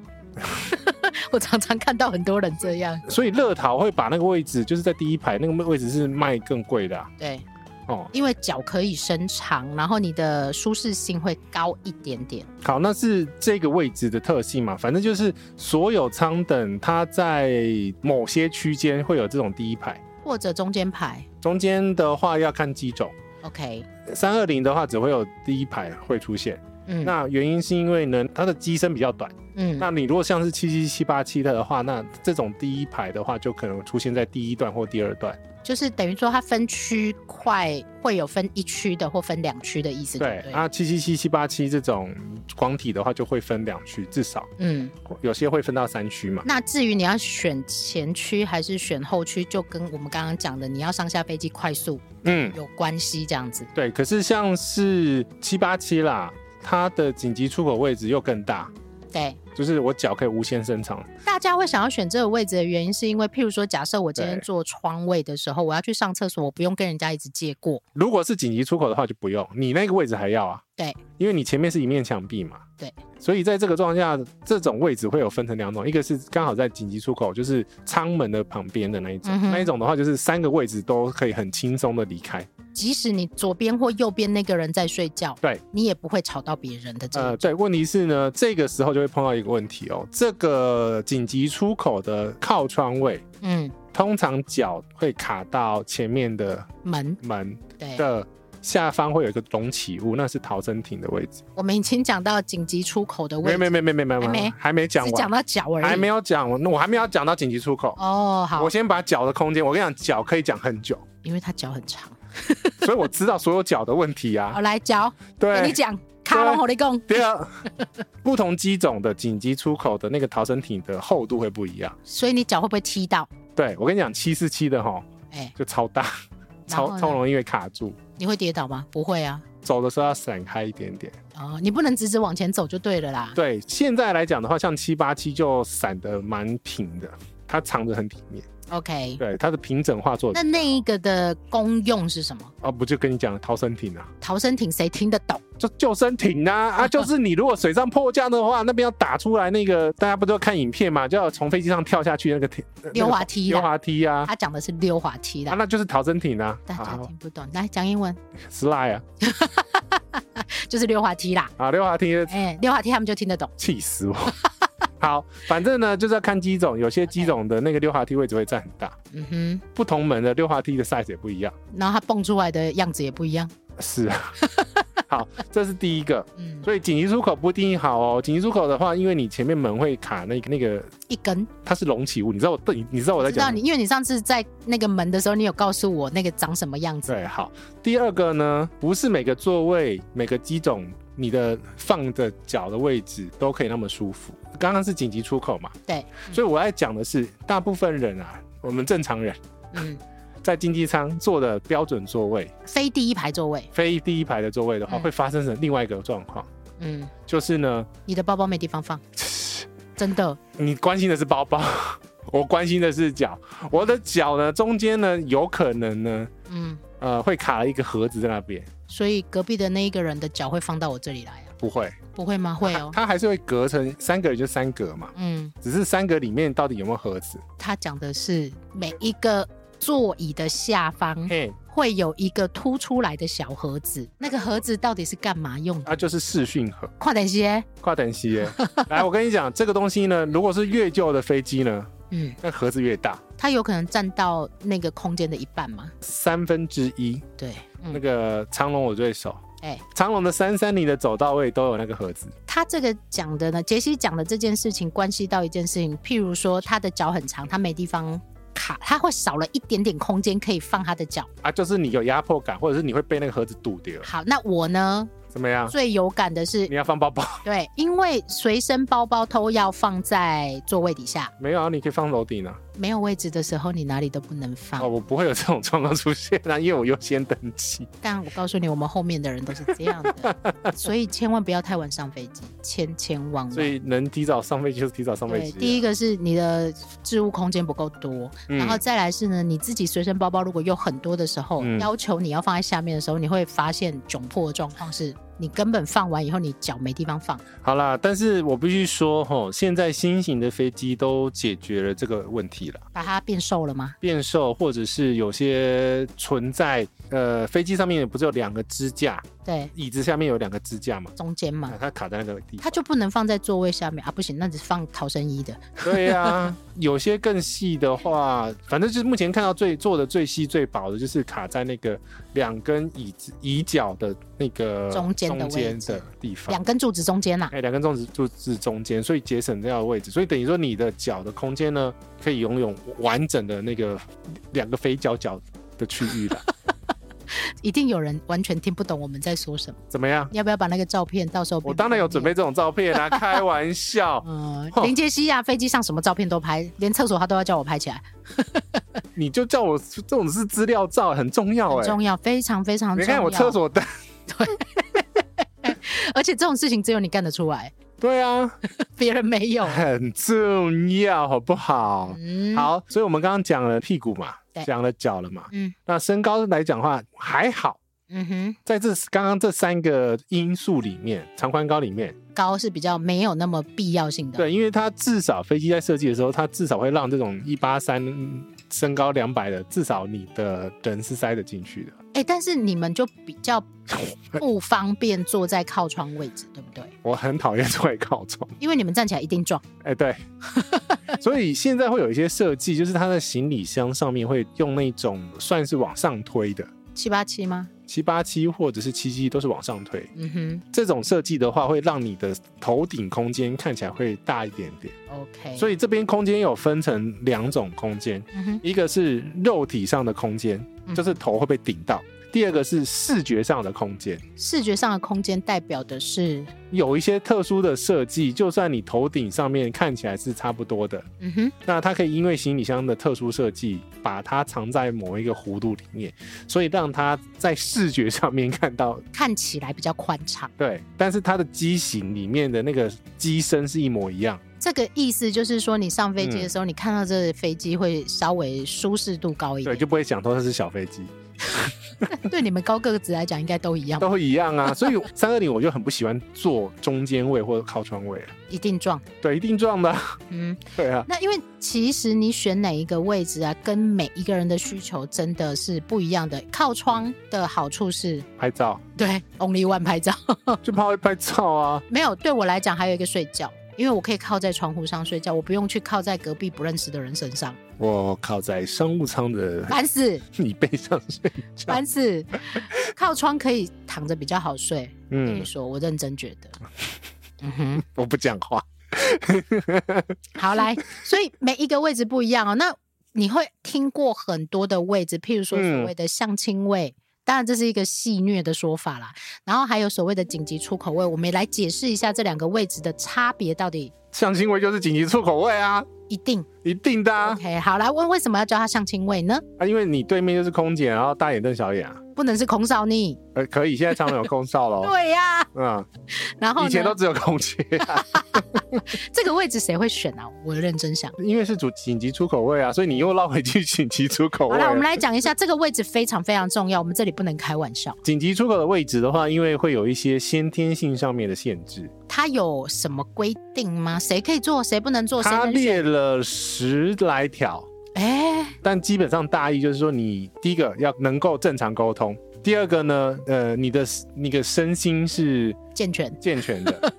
我常常看到很多人这样，
所以乐淘会把那个位置就是在第一排那个位置是卖更贵的啊、
对，
哦，
因为脚可以伸长，然后你的舒适性会高一点点。
好，那是这个位置的特性嘛，反正就是所有舱等它在某些区间会有这种第一排，
或者中间排
中间的话要看机种，
，OK，
三二零的话只会有第一排会出现，
嗯，
那原因是因为呢它的机身比较短，
嗯，
那你如果像是七七七八七的话，那这种第一排的话就可能出现在第一段或第二段，
就是等于说它分区块会有分一区的或分两区的意思，
对
不，对？
啊七七七七八七这种光体的话就会分两区，至少
嗯，
有些会分到三区嘛。
那至于你要选前区还是选后区，就跟我们刚刚讲的你要上下飞机快速
嗯，
有关系，这样子。
对，可是像是七八七啦，它的紧急出口位置又更大，
对，
就是我脚可以无限伸长。
大家会想要选这个位置的原因，是因为譬如说，假设我今天
对
坐窗位的时候，我要去上厕所，我不用跟人家一直借过。
如果是紧急出口的话，就不用，你那个位置还要啊。
对，
因为你前面是一面墙壁嘛。
对，
所以在这个状况下，这种位置会有分成两种，一个是刚好在紧急出口，就是舱门的旁边的那一种，
嗯哼
那一种的话就是三个位置都可以很轻松的离开。
即使你左边或右边那个人在睡觉，
对
你也不会吵到别人的这
呃，
个。
对，问题是呢，这个时候就会碰到一个问题哦，这个紧急出口的靠窗位，
嗯，
通常脚会卡到前面的
门
门
对，
的下方会有一个隆起物，那是逃生艇的位置。
我们已经讲到紧急出口的位
没
置，
没没没没没
还没
还没讲
只
完
讲，到脚而已，
还没有讲完，那我还没有讲到紧急出口。
哦，好
我，先把脚的空间，我跟你讲，脚可以讲很 久，
因为他脚很长。
所以我知道所有脚的问题
好，
啊。
来脚，跟哦你
对，
讲，卡龙火力贡，
第二，不同机种的紧急出口的那个逃生艇的厚度会不一样。
所以你脚会不会踢到？
对我跟你讲，七四七的哈
哎，
就超大，
然后
超
呢
超容易会卡住，
你会跌倒吗？不会啊，
走的时候要闪开一点点。
哦，你不能直直往前走就对了啦。
对，现在来讲的话，像七八七就散的蛮平的，它藏着很体面。
OK，
对，它的平整化做
那那一个的功用是什么？
啊，不就跟你讲逃生艇啊，
逃生艇谁听得懂？
就救生艇呐啊， 啊就是你如果水上迫降的话，那边要打出来那个，大家不都看影片嘛，就要从飞机上跳下去那个艇，那个
溜滑梯
溜
啦，
滑梯啊，
他讲的是溜滑梯
啊，
啦，
那就是逃生艇啊，
大家
啊
听不懂。来讲英文，
，slide 啊，
就是溜滑梯啦。
啊，溜滑梯
哎，溜滑梯他们就听得懂。
气死我。 好，反正呢就是要看机种，有些机种的那个溜滑梯位置会占很大，
嗯
不同门的溜滑梯的 size 也不一样。
哼，然后它蹦出来的样子也不一样。
是啊， 好，这是第一个。
嗯，
所以紧急出口不一定好哦。紧急出口的话，因为你前面门会卡那个那个，
一根。
它是隆起物，你知道我你你知道我在
知道
讲
你，因为你上次在那个门的时候，你有告诉我那个长什么样子。
对，好。第二个呢，不是每个座位、每个机种，你的放的脚的位置都可以那么舒服。刚刚是紧急出口嘛，
对，
所以我在讲的是，大部分人啊，我们正常人
嗯，
在经济舱坐的标准座位，
非第一排座位。
非第一排的座位的话，
嗯
会发生成另外一个状况，
嗯，
就是呢，
你的包包没地方 放，真的。
你关心的是包包， 我关心的是脚。我的脚呢，中间呢有可能呢，
嗯，
呃，会卡了一个盒子在那边。
所以隔壁的那一个人的脚会放到我这里来啊？
不会，
不会吗？会 哦。
它还是会隔成三格，也就三格嘛。
嗯，
只是三格里面到底有没有盒子？
他讲的是每一个座椅的下方
嘿，
会有一个凸出来的小盒子，那个盒子到底是干嘛用的？
它啊就是视讯盒，
快点些。
跨等级 耶。来，我跟你讲，这个东西呢，如果是越旧的飞机呢，
嗯，
那盒子越大，
它有可能占到那个空间的一半吗？
三分之一。
对，
那
嗯，
个长龙我最熟，
哎
长龙的三三零的走道位都有那个盒子。
他这个讲的呢，杰西讲的这件事情关系到一件事情，譬如说他的脚很长，他没地方卡，他会少了一点点空间可以放他的脚。
啊，就是你有压迫感，或者是你会被那个盒子堵掉，
好，那我呢
怎么样？
最有感的是
你，要放包包？
对，因为随身包包都要放在座位底下，
没有啊，你可以放楼顶啊。
没有位置的时候，你哪里都不能放。
哦，我不会有这种状况出现啊，因为我优先登记。
但我告诉你，我们后面的人都是这样 的，所以千万不要太晚上飞机，千千万
所
万。
以能提早上飞机就是提早上飞
对，
机、啊
第一
个，
个是你的置物空间不够多，
嗯
然后再来是呢，你自己随身包包如果有很多的时候，
嗯
要求你要放在下面的时候，你会发现窘迫的状况是你根本放完以后，你脚没地方放。
好啦，但是我必须说吼，现在新型的飞机都解决了这个问题了。
把它变瘦了吗？
变瘦，或者是有些存在，呃，飞机上面不是有两个支架，
对，
椅子下面有两个支架嘛，
中间嘛
啊，，它卡在那个地方
它。就不能放在座位下面啊？不行，那只放逃生衣的。
对呀、有些更细的话，反正就是目前看到最做的最细最薄的，就是卡在那个两根椅子椅脚的那个
中间的
中间
位置
的地方
两。根柱子中间啊啦、
哎，两根柱子柱子中间，所以节省掉的位置，所以等于说你的脚的空间呢，可以拥有完整的那个两个肥脚脚的区 域了。
一定有人完全听不懂我们在说什么。
怎么样？
要不要把那个照片到时候？
我当然有准备。这种照片啊，开玩笑。
嗯，
哼
林杰西啊，飞机上什么照片都拍，连厕所他都要叫我拍起来，
你就叫我这种是资料照，很重要
很
哎、
重要，非常非常重
你
要。
看我厕，所的，
而且这种事情只有你干得出 来，
对啊，
别人没有。
很重要，好不好？
哦嗯，
好，所以我们刚刚讲了屁股嘛
对，
讲了脚了嘛，
嗯
那身高来讲的话还好，
嗯哼，
在这刚刚这三个因素里面，长宽高里面，
高是比较没有那么必要性的。，
对，因为它至少飞机在设计的时候，它至少会让这种一八三身高两百的，至少你的人是塞得进去的。
哎、但是你们就比较不方便坐在靠窗位置，对不对？
我很讨厌坐在靠窗，
因为你们站起来一定撞。
哎、对， 所以现在会有一些设计，就是它的行李箱上面会用那种算是往上推的。
七八七吗？
七八七或者是七七都是往上推，
嗯哼
这种设计的话，会让你的头顶空间看起来会大一点点。
，OK。
所
以，
以这边空间有分成两种空间，
嗯哼，
一个是肉体上的空间，
嗯
就是头会被顶到；第二个是视觉上的空间，
视觉上的空间代表的是，
有一些特殊的设计，就算你头顶上面看起来是差不多的，
嗯哼，
那它可以因为行李箱的特殊设计，把它藏在某一个弧度里面，所以让它在视觉上面看到
看起来比较宽敞。
对，但是它的机型里面的那个机身是一模一样。
这个意思就是说，你上飞机的
嗯
时候，你看到这飞机会稍微舒适度高一
对，
点。
就不会想到它是小飞机，
对，你们高个子来讲，应该都一样吧，
都一样 啊。所以三二零我就很不喜欢坐中间位或者靠窗位了，
一定撞。
对，一定撞的啊，
嗯，
对啊，
那因为其实你选哪一个位置啊，跟每一个人的需求真的是不一样的。靠窗的好处是，
拍照
对，only one 拍照。
就怕会拍照啊，
没有，对我来讲还有一个睡觉，因为我可以靠在窗户上睡觉，我不用去靠在隔壁不认识的人身上，
我靠，在商务舱的
烦死，
你背上睡觉，
烦死。靠窗可以躺着比较好睡，跟
嗯
你，说，我认真觉得。嗯哼，
我不讲话。
好来，所以每一个位置不一样哦。那你会听过很多的位置，譬如说
嗯
所谓的相亲位。当然，这是一个戏谑的说法啦。然后还有所谓的紧急出口位，我们来解释一下这两个位置的差别到底
相亲位就是紧急出口位啊，
一定、
一定的啊，
OK。好，来问为什么要叫它相亲位呢？
啊因为你对面就是空姐，然后大眼瞪小眼啊。
不能是空少你。
呃，可以，现在常常有空少 了。
对呀、
嗯，
然后
哦以前都
呢？
只有空姐、
这个位置谁会选啊？我认真想。
因为是主紧急出口位啊，所以你又绕回去紧急出口
好
位
了，
啊。
我们来讲一下这个位置非常非常重要，我们这里不能开玩笑。
紧急出口的位置的话，因为会有一些先天性上面的限制，
它有什么规定吗？谁可以做，谁不能做？谁
它
能选？
列了十来条，
哎、
但基本上大意就是说，你第一个要能够正常沟通，第二个呢，呃，你的那个身心是
健全。
健全 的，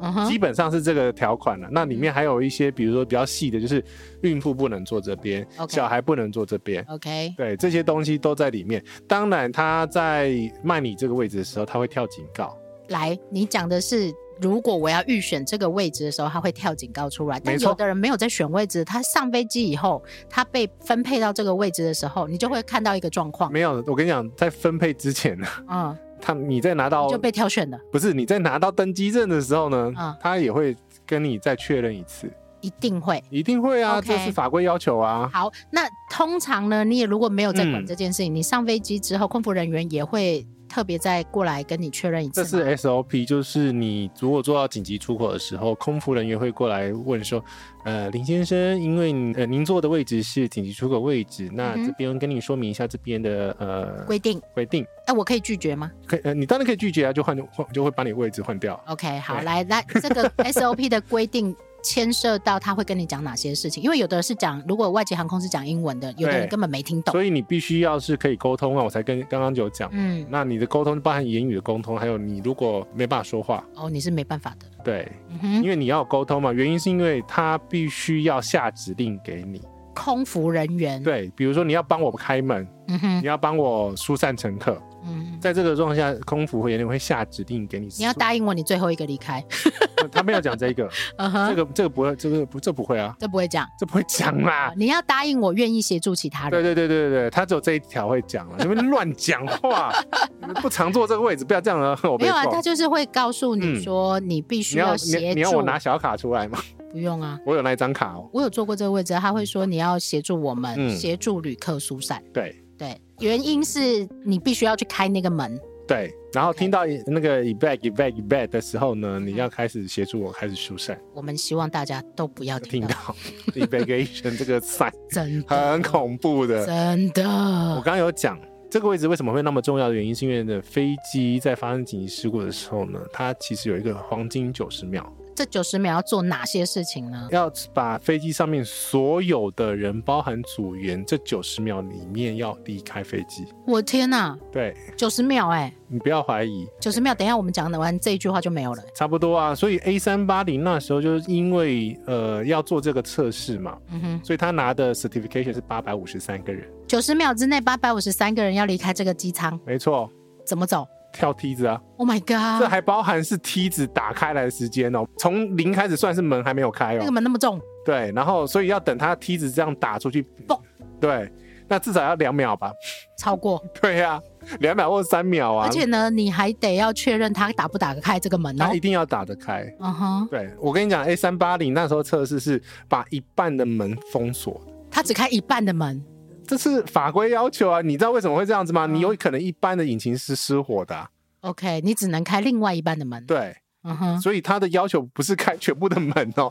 嗯哼，
基本上是这个条款了、那里面还有一些，比如说比较细的，就是孕妇不能坐这边
嗯 OK
小孩不能坐这边。
OK，
对，这些东西都在里面。当然，他在卖你这个位置的时候，他会跳警告。
来，你讲的是，如果我要预选这个位置的时候，它会跳警告出来。但
没错
有的人没有在选位置，他上飞机以后，他被分配到这个位置的时候，你就会看到一个状况，
没有，我跟你讲，在分配之前呢，
嗯，
他你在拿到
就被挑选了，
不是你在拿到登机证的时候呢，
嗯
他也会跟你再确认一次，
一定会。
一定会啊
OK
这是法规要求啊。
好，那通常呢，你也如果没有在管
嗯
这件事情，你上飞机之后，空服人员也会特别再过来跟你确认一次
这
吗。
是 SOP，就是你如果做到紧急出口的时候，空服人员会过来问说，呃，林先生，因为你呃您坐的位置是紧急出口位置，那
嗯哼
这边跟你说明一下这边的呃
规定。
规定。
哎、我可以拒绝吗
可以呃，你当然可以拒绝啊，就换换就会把你位置换掉。
？OK，好，
对
来来，这 个 SOP 的规定牵涉到他会跟你讲哪些事情，因为有的是讲，如果外籍航空是讲英文的，有的人
对
根本没听懂。
所以你必须要是可以沟通啊，我才跟刚刚有讲。
嗯，
那你的沟通包含言语的沟通，还有你如果没办法说话，
哦，你是没办法的。
对，
嗯哼，
因为你要有沟通嘛，原因是因为他必须要下指令给你。
空服人员。，
对，比如说你要帮我开门，
嗯哼
你，要帮我疏散乘客，
嗯，
在这个状况下，空服会员会下指令给你。呃
你要答应我，你最后一个离开。
他没有讲这个，
嗯
这
哼，
个这个不会，这个不这不会啊，
这不会讲。
这不会讲啦。
你要答应我，愿意协助其他
对
人。
对对对对，他只有这一条会讲了，你们乱 讲话，你们不常坐这个位置，不要这样了， 我
没
被
有啊，
告
他就是会告诉你
嗯
说，你必须
你要
协
你
助。
你要我拿小卡出来吗？
不用啊，
我有那一张卡哦。
我有坐过这个位置，他会说你要协助我们，
嗯
协助旅客疏散。
对
对，原因是你必须要去开那个门。
对，然后
OK
听到那个 e b a c e b a c e b a c 的时候呢，你要开始协助我开始疏散。
我们希望大家都不要听
听
到，
到 evacuation 这个 sign
真的
很恐怖的。
真
我
的
刚刚有讲这个位置为什么会那么重要的原因，是因为呢飞机在发生紧急事故的时候呢，它其实有一个黄金九十秒。
这九十秒要做哪些事情呢？
要把飞机上面所有的人，包含组员，这九十秒里面要离开飞机。
我天哪，
对
九十秒哎、
你不要怀疑，
九十秒，等一下我们讲完这一句话就没有了。
差不多啊。所以 A 三八零那时候就是因为呃要做这个测试嘛，
嗯哼，
所以他拿的 certification 是八百五十三个人，
九十秒之内，八百五十三个人要离开这个机舱，
没错，
怎么走
跳梯子啊，
？Oh my
这
god，
还包含是梯子打开来的时间哦，从零开始算是门还没有开
那个
哦，
门那么重，
对，然后所以要等他梯子这样打出去
嘣，
对。那至少要两秒吧？
超过，
对呀、啊，两秒或三秒啊，
而且呢，你还得要确认他打不打得开这个门哦
它一。定要打得开。
嗯哼，
对我跟你讲，A 三八零那时候测试是把一半的门封锁，
他只开一半的门，
这是法规要求啊。你知道为什么会这样子吗？
嗯
你有可能一般的引擎是失火的啊、
OK，你只能开另外一半的门。，
对，
嗯哼，
所以它的要求不是开全部的门 哦。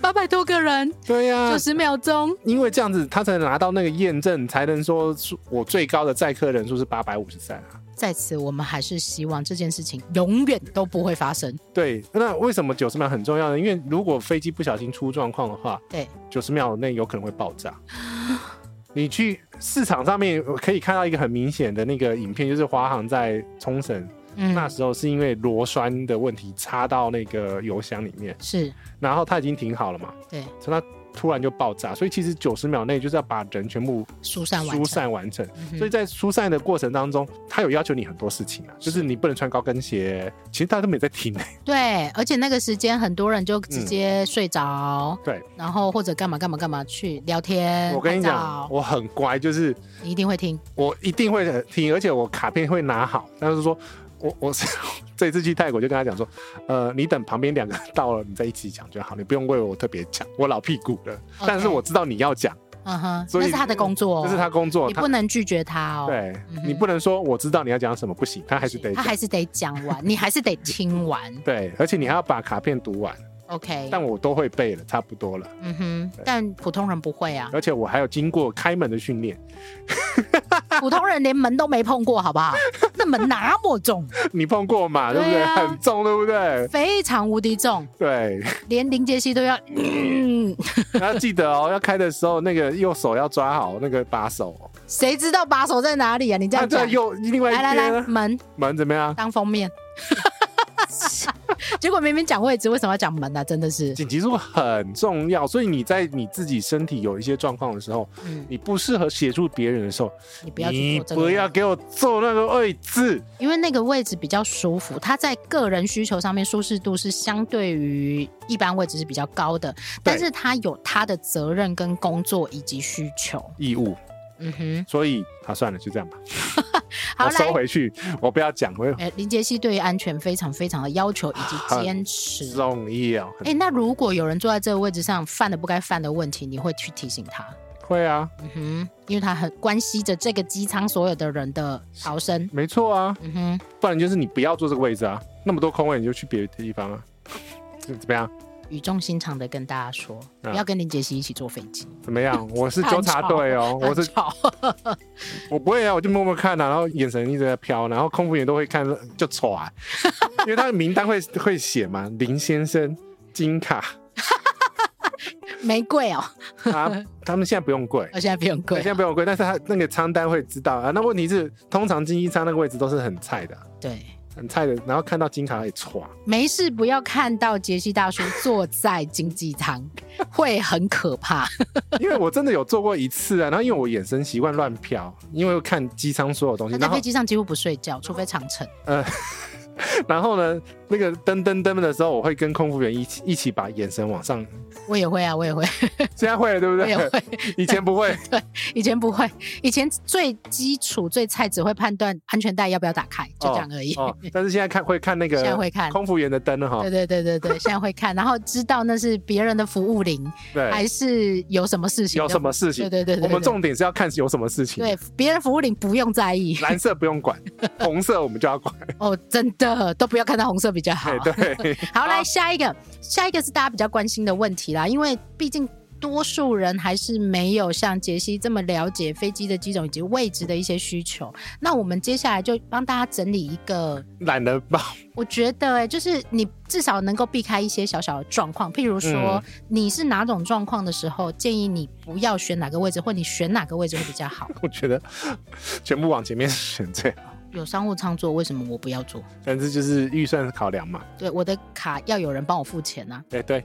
八百多个人，
对呀、
九十秒钟，
因为这样子他才能拿到那个验证，才能说是我最高的载客人数是八百五十载啊。
在此我们还是希望这件事情永远都不会发生。
对，那为什么九十秒很重要呢？因为如果飞机不小心出状况的话，
对，
九十秒内有可能会爆 炸。你去市场上面可以看到一个很明显的那个影片，就是华航在冲绳
嗯，
那时候是因为螺栓的问题插到那个油箱里面，
是
然后它已经停好了嘛，
对，
所以它突然就爆炸。所以其实九十秒内就是要把人全部
疏散完成，
疏散完成。
嗯哼
所以在疏散的过程当中，它有要求你很多事情啊，就是你不能穿高跟鞋。其实大家都没在听、欸，
对，而且那个时间很多人就直接睡着，
嗯对，
然后或者干嘛干嘛干嘛去聊天。
我跟你
嗯拍
讲
照，
我很乖，就是
你一定会听，
我一定会听，而且我卡片会拿好。但是说我我 是这次去泰国就跟他讲说，呃，你等旁边两个到了，你再一起讲就好，你不用为我特别讲，我老屁股了。但是我知道你要讲，
嗯哼，
所
那
以
是他的工作，哦
这是他，工作，
你
他
不能拒绝他哦。
对、
嗯哼
你不能说我知道你要讲什么，不行，他还是得
他
讲。
还是得讲 完，你还是得听完。
对，而且你还要把卡片读完，
OK，
但我都会背了，差不多了。
嗯哼，但普通人不会 啊，
而且我还有经过开门的训练，
普通人连门都没碰过，好不好？那门那么重，
你碰过嘛？对不
对
对？
啊
很重，对不对？
非常无敌重，
对，
连林杰西都要，嗯
然后记得哦，要开的时候那个右手要抓好那个把手哦，
谁知道把手在哪里啊？你这
那
样
在
讲，
右另外一
来来
边
来，嗯
呢
门
门怎么样？
当封面。 结果明明讲位置，为什么要讲门呢、啊？真的是，
紧急入很重要，所以你在你自己身体有一些状况的时候，
嗯，
你不适合协助别人的时候，
你不要去
你
做这个，
不要，给我坐那个位置。
因为那个位置比较舒服，它在个人需求上面舒适度是相对于一般位置是比较高的，但是他有他的责任跟工作以及需求。
义务，
嗯哼，
所以啊，算了，就这样吧，
好
我收
来。
回去，我不要讲，我
哎，林杰西对于安全非常非常的要求以及坚持。
重要，
哎，那如果有人坐在这个位置上犯了不该犯的问题，你会去提醒他？
会啊，
嗯哼，因为他很关系着这个机舱所有的人的逃生。
没错啊，
嗯哼，
不然就是你不要坐这个位置啊，那么多空位你就去别的地方啊， 怎怎么样？
语重心长的跟大家说，
啊
不要跟林杰西一起坐飞机，
怎么样？我是纠察队 哦，我
很
是
吵。
我不会啊，我就默默看啊，然后眼神一直在飘，然后空服员都会看就丑啊，因为他的名单会 会写嘛，林先生、金卡
玫瑰哦，
啊， 他们现在不用跪。
我现在不用贵
现。在不用跪，但是他那个仓单会知道啊。那问题是，通常经济舱那个位置都是很菜的，啊
对，
很菜的。然后看到金卡也歘，
没事，不要看到杰西大叔坐在经济舱，会很可怕。
因为我真的有做过一次啊。然后因为我眼神习惯乱瞟，因为我看机舱所有东西
他，在
然后
飞机上几乎不睡觉，除非长城。
然后呢，那个噔噔噔的时候，我会跟空服员一起一起把眼神 往上。
我也会啊，我也会，
现在会了，对不
我也
对？
会。
以前不会。
以前不会，以前最基础、最菜只会判断安全带要不要打开，就这样而已。
哦，但是现在看会看那个，
现在会看
空服员的灯了哈
对。对对对对，现在会看，然后知道那是别人的服务铃，还
对，
是有什么事情的？
有什么事情？
对对对对对
我们重点是要看有什么事情。
对，别人服务铃不用在 意
蓝色不用管，红色我们就要管。
哦，真的都不要看到红色比较好
哎，。对，
好，来下一个，下一个是大家比较关心的问题啦，因为毕竟。多数人还是没有像杰西这么了解飞机的机种以及位置的一些需求。那我们接下来就帮大家整理一个
懒得报。
我觉得、欸，就是你至少能够避开一些小小的状况，譬如说、你是哪种状况的时候，建议你不要选哪个位置，或你选哪个位置会比较好。
我觉得全部往前面选最好，
有商务舱坐，为什么我不要坐？
但是就是预算考量嘛。
对，我的卡要有人帮我付钱呐、
对对，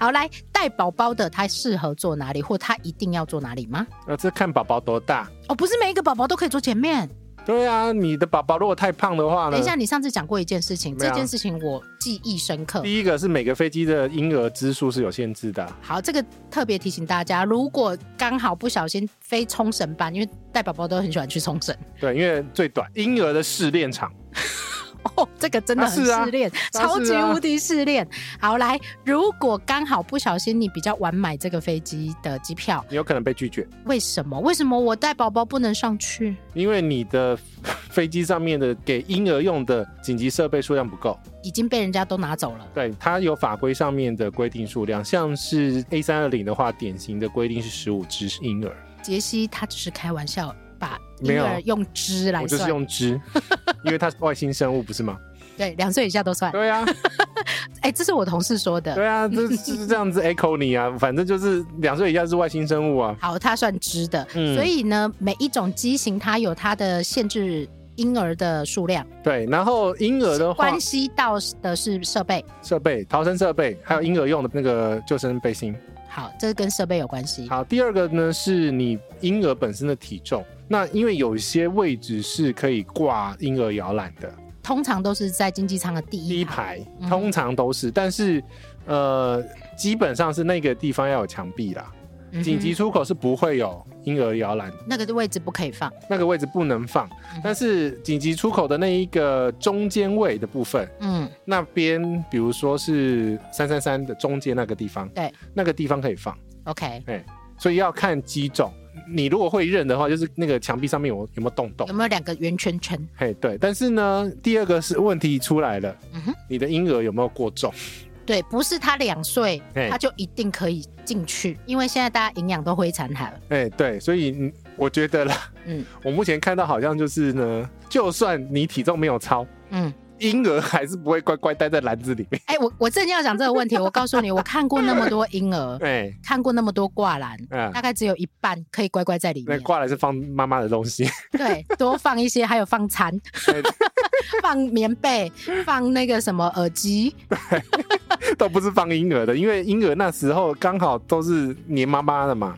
好，来带宝宝的，他适合坐哪里，或他一定要坐哪里吗？
呃那这看宝宝多大。
哦，不是每一个宝宝都可以坐前面，
对啊，你的宝宝如果太胖的话呢？
等一下，你上次讲过一件事情，这
怎么样
件事情我记忆深刻。
第一个是每个飞机的婴儿支数是有限制的啊、
好，这个特别提醒大家，如果刚好不小心飞冲绳班，因为带宝宝都很喜欢去冲绳，
对，因为最短婴儿的试炼场，
哦，这个真的很
啊是啊
试炼，
啊
超级
是啊
无敌试炼。好，来，如果刚好不小心你比较晚买这个飞机的机票，
你有可能被拒绝，
为什么？为什么我带宝宝不能上去？
因为你的飞机上面的给婴儿用的紧急设备数量不够。
已经被人家都拿走了。
对，它有法规上面的规定数量，像是 A 三二零的话，典型的规定是十五只婴儿，
杰西他只是开玩笑，把
没
婴
有
儿用只来
我就是
算，
用只，因为它是外星生物不 是吗？
对，两岁以下都算。
对啊，
哎，这是我同事说的。
对啊，这就是这样子 echo 你啊，反正就是两岁以下是外星生物啊。
好，它算只的。
嗯
所以呢，每一种机型它有它的限制婴儿的数量，
对，然后婴儿的话
关，系到的是设备。
设备、逃生设备，还有婴儿用的那个救生背心。
好，这跟设备有关系。
好，第二个呢是你婴儿本身的体重。那因为有一些位置是可以挂婴儿摇篮的，
通常都是在经济舱的第
第
一
一
排。
排通常都是，但是呃，基本上是那个地方要有墙壁啦。
嗯哼
紧急出口是不会有婴儿摇篮，
那个位置不可以放。
那个位置不能
嗯
放。但是紧急出口的那一个中间位的部分，
嗯，
那边比如说是三三三的中间那个地方，
对，
那个地方可以放。
OK，
所以要看机种。你如果会认的话，就是那个墙壁上面有有没有洞洞
有，没有两个圆圈圈？
嘿，对。但是呢，第二个是问题出来了，
嗯哼
你的婴儿有没有过重？
对，不是他两岁
嘿
他就一定可以进去，因为现在大家营养都灰残海了。
哎，对，所以嗯我觉得啦，
嗯
嗯，我目前看到好像就是呢，就算你体重没有超，
嗯，
婴儿还是不会乖乖待在篮子里面。
哎、我我正要讲这个问题，我告诉你，我看过那么多婴 儿，
哎，
看过那么多挂篮，
嗯
大概只有一半可以乖乖在里
那
面。
挂来是放妈妈的东西，
对，多放一些，还有放餐、
哎
放棉被、放那个什么耳机。
都不是放婴儿的，因为婴儿那时候刚好都是黏妈妈的嘛，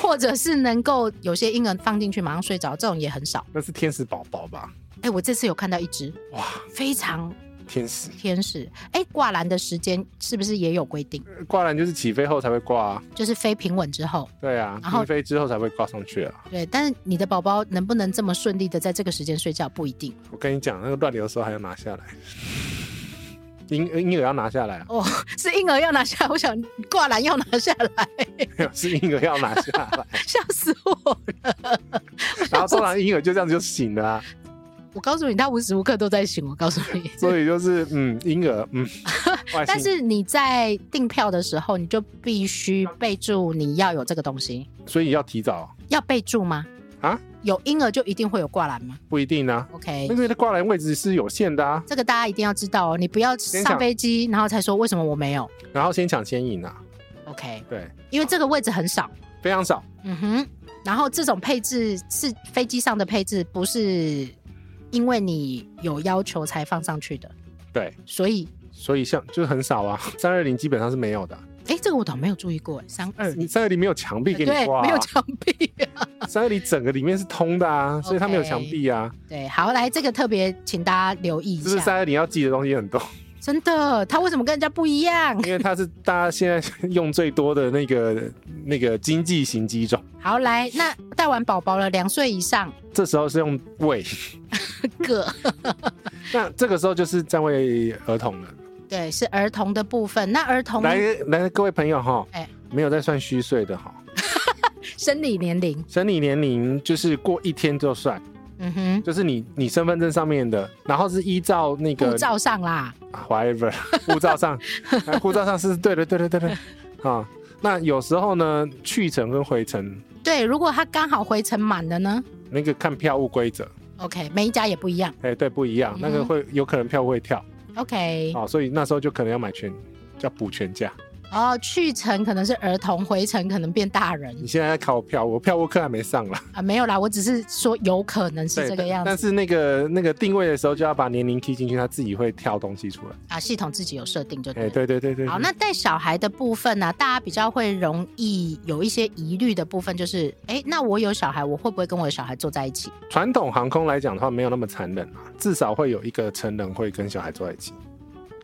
或者是能够有些婴儿放进去马上睡着，这种也很少。
那是天使宝宝吧？
哎、我这次有看到一只
哇，
非常
天使
天使。哎、挂篮的时间是不是也有规定？
挂篮就是起飞后才会挂啊。
就是飞平稳之后，
对啊，
然后
停飞之后才会挂上去啊！
对。但是你的宝宝能不能这么顺利的在这个时间睡觉不一定，
我跟你讲，那个乱流的时候还要拿下来，婴婴儿要拿下来啊
哦。是婴儿要拿下来，我想挂篮要拿下来，
没有是婴儿要拿下来，
笑死我！
然后通常婴儿就这样就醒了、啊，
我告诉你，他无时无刻都在醒。我告诉你，
所以就是嗯，婴儿 嗯，外星
但是你在订票的时候，你就必须备注你要有这个东西，
所以要提早
要备注吗？
啊，
有婴儿就一定会有挂篮吗
不一定啊，
？OK，
因为它挂篮位置是有限的啊，
这个大家一定要知道哦，你不要上
想
飞机然后才说为什么我没有
然后先抢先赢啊，
OK，
对，
因为这个位置很少。
非常少，
嗯哼，然后这种配置是飞机上的配置，不是因为你有要求才放上去的，
对，
所以。
所以像就是很少啊，三二零基本上是没有的，
哎，这个我倒没有注意过，三二
你三二零没有墙壁给
哎对，
你挂、
没有
啊，
墙壁、
三二零整个里面是通的啊，所以它没有
OK
墙壁啊，
对，好，来这个特别，请大家留意一
就是
下。
三二零要记的东西很多。
真的，他为什么跟人家不一样？
因为它是大家现在 用最多的那个那个经济型机种，
好，来，那带完宝宝了，两岁以上
这时候是用喂，
个，
那这个时候就是在喂儿童了。
对，是儿童的部分。哦那儿童
来来，各位朋友哈，
哎
没有在算虚岁的哈，
生理年龄，
生理年龄就是过一天就算，
嗯哼，
就是你你身份证上面的，然后是依照那个
护照上啦，
啊 whatever 护照上，啊护照上是对的，对的，对的啊。那有时候呢，去程跟回程
对，如果他刚好回程满了呢
那个看票务规则，
，OK，每一家也不一样
哎，对，不一样，那个
嗯
会有可能票会跳。啊
，OK，
哦，所以那时候就可能要买全，要补全价。
哦，去程可能是儿童，回程可能变大人
你现在在考票，我票务课还没上啦。
啊，没有啦，我只是说有可能是这个
但
样
但
子
是那个那个定位的时候，就要把年龄 key 进去，它自己会跳东西出来。
啊，系统自己有设定就
哎、
对了。
对对对对。
好，
对
那带小孩的部分呢、大家比较会容易有一些疑虑的部分，就是，哎，那我有小孩，我会不会跟我的小孩坐在一起？
传统航空来讲的话，没有那么残忍啊，至少会有一个成人会跟小孩坐在一起。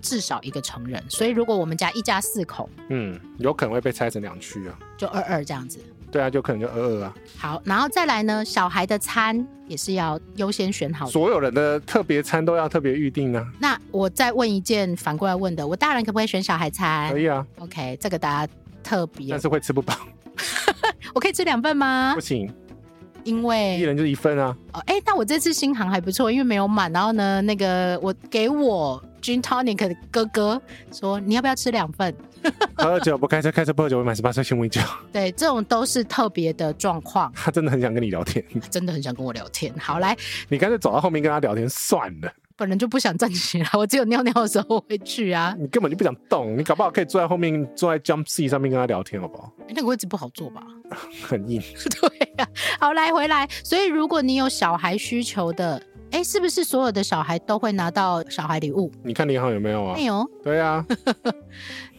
至少一个成人。所以如果我们家一家四口，
嗯，有可能会被拆成两区啊。
就二二这样子。
对啊，就可能就二二啊。
好，然后再来呢，小孩的餐也是要优先选好的。
所有人的特别餐都要特别预定啊。
那我再问一件反过来问的，我大人可不可以选小孩餐
可以啊，
？OK，这个大家特别
但，是会吃不饱，
我可以吃两份吗
不？行，
因
一
为
人就一份啊。
哦，哎，那我这次新航还不错，因为没有满。然后呢，那个我给我 Gin Tonic 的哥哥说，你要不要吃两份？
喝酒不开车，开车不喝酒，未满十八岁请勿饮酒。
对，这种都是特别的状况，
他真的很想跟你聊天，
真的很想跟我聊天。好，来，
你干脆走到后面跟他聊天算了，
本人就不想站起来，我只有尿尿的时候会去啊。
你根本就不想动，你搞不好可以坐在后面，坐在 jump seat 上面跟他聊天，好不好？
诶哎那个位置不好坐吧？
很硬，
对呀、好来回来。所以如果你有小孩需求的，哎，是不是所有的小孩都会拿到小孩礼物？
你看联航有没有啊
没？有，
对啊，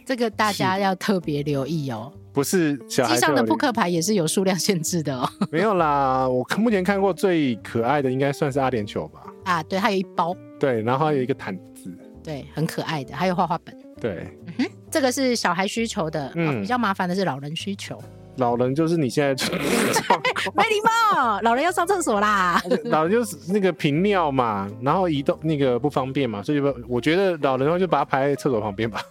这个大家要特别留意哦。
不是小孩
机上的
就有
扑克牌也是有数量限制的哦。
没有啦，我目前看过最可爱的应该算是阿联酋吧。
啊，对，还有一包，
对，然后还有一个毯子，
对，很可爱的，还有画画本。
对，
这个是小孩需求的，
嗯哦
哦比较麻烦的是老人需求。
老人就是你现在就
没礼貌，老人要上厕所啦。
老人就是那个频尿嘛，然后移动那个不方便嘛，所以就把我觉得老人的话就把它排在厕所旁边吧。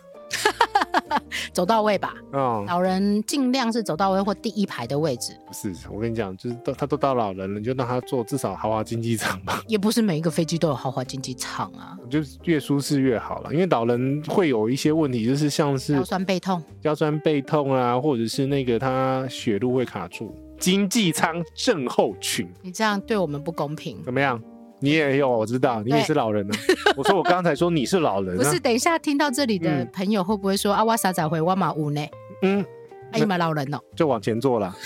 走到位吧，
嗯，
老人尽量是走到位或第一排的位置，
不是，我跟你讲，就是都他都到老人了，你就让他坐至少豪华经济舱吧，
也不是每一个飞机都有豪华经济舱啊。
就是越舒适越好了。因为老人会有一些问题，就是像是
腰酸背痛，
腰酸背痛啊，或者是那个他血路会卡住。经济舱症候群
你这样对我们不公平。
怎么样？你也有，我知道你也是 老人啊。我说我刚才说你是老人
不
啊
是，，等一下听到这里的
嗯
朋友会不会说、啊，我傻仔回我马五呢？
嗯，
哎呀妈，老人哦！
就往前坐啦。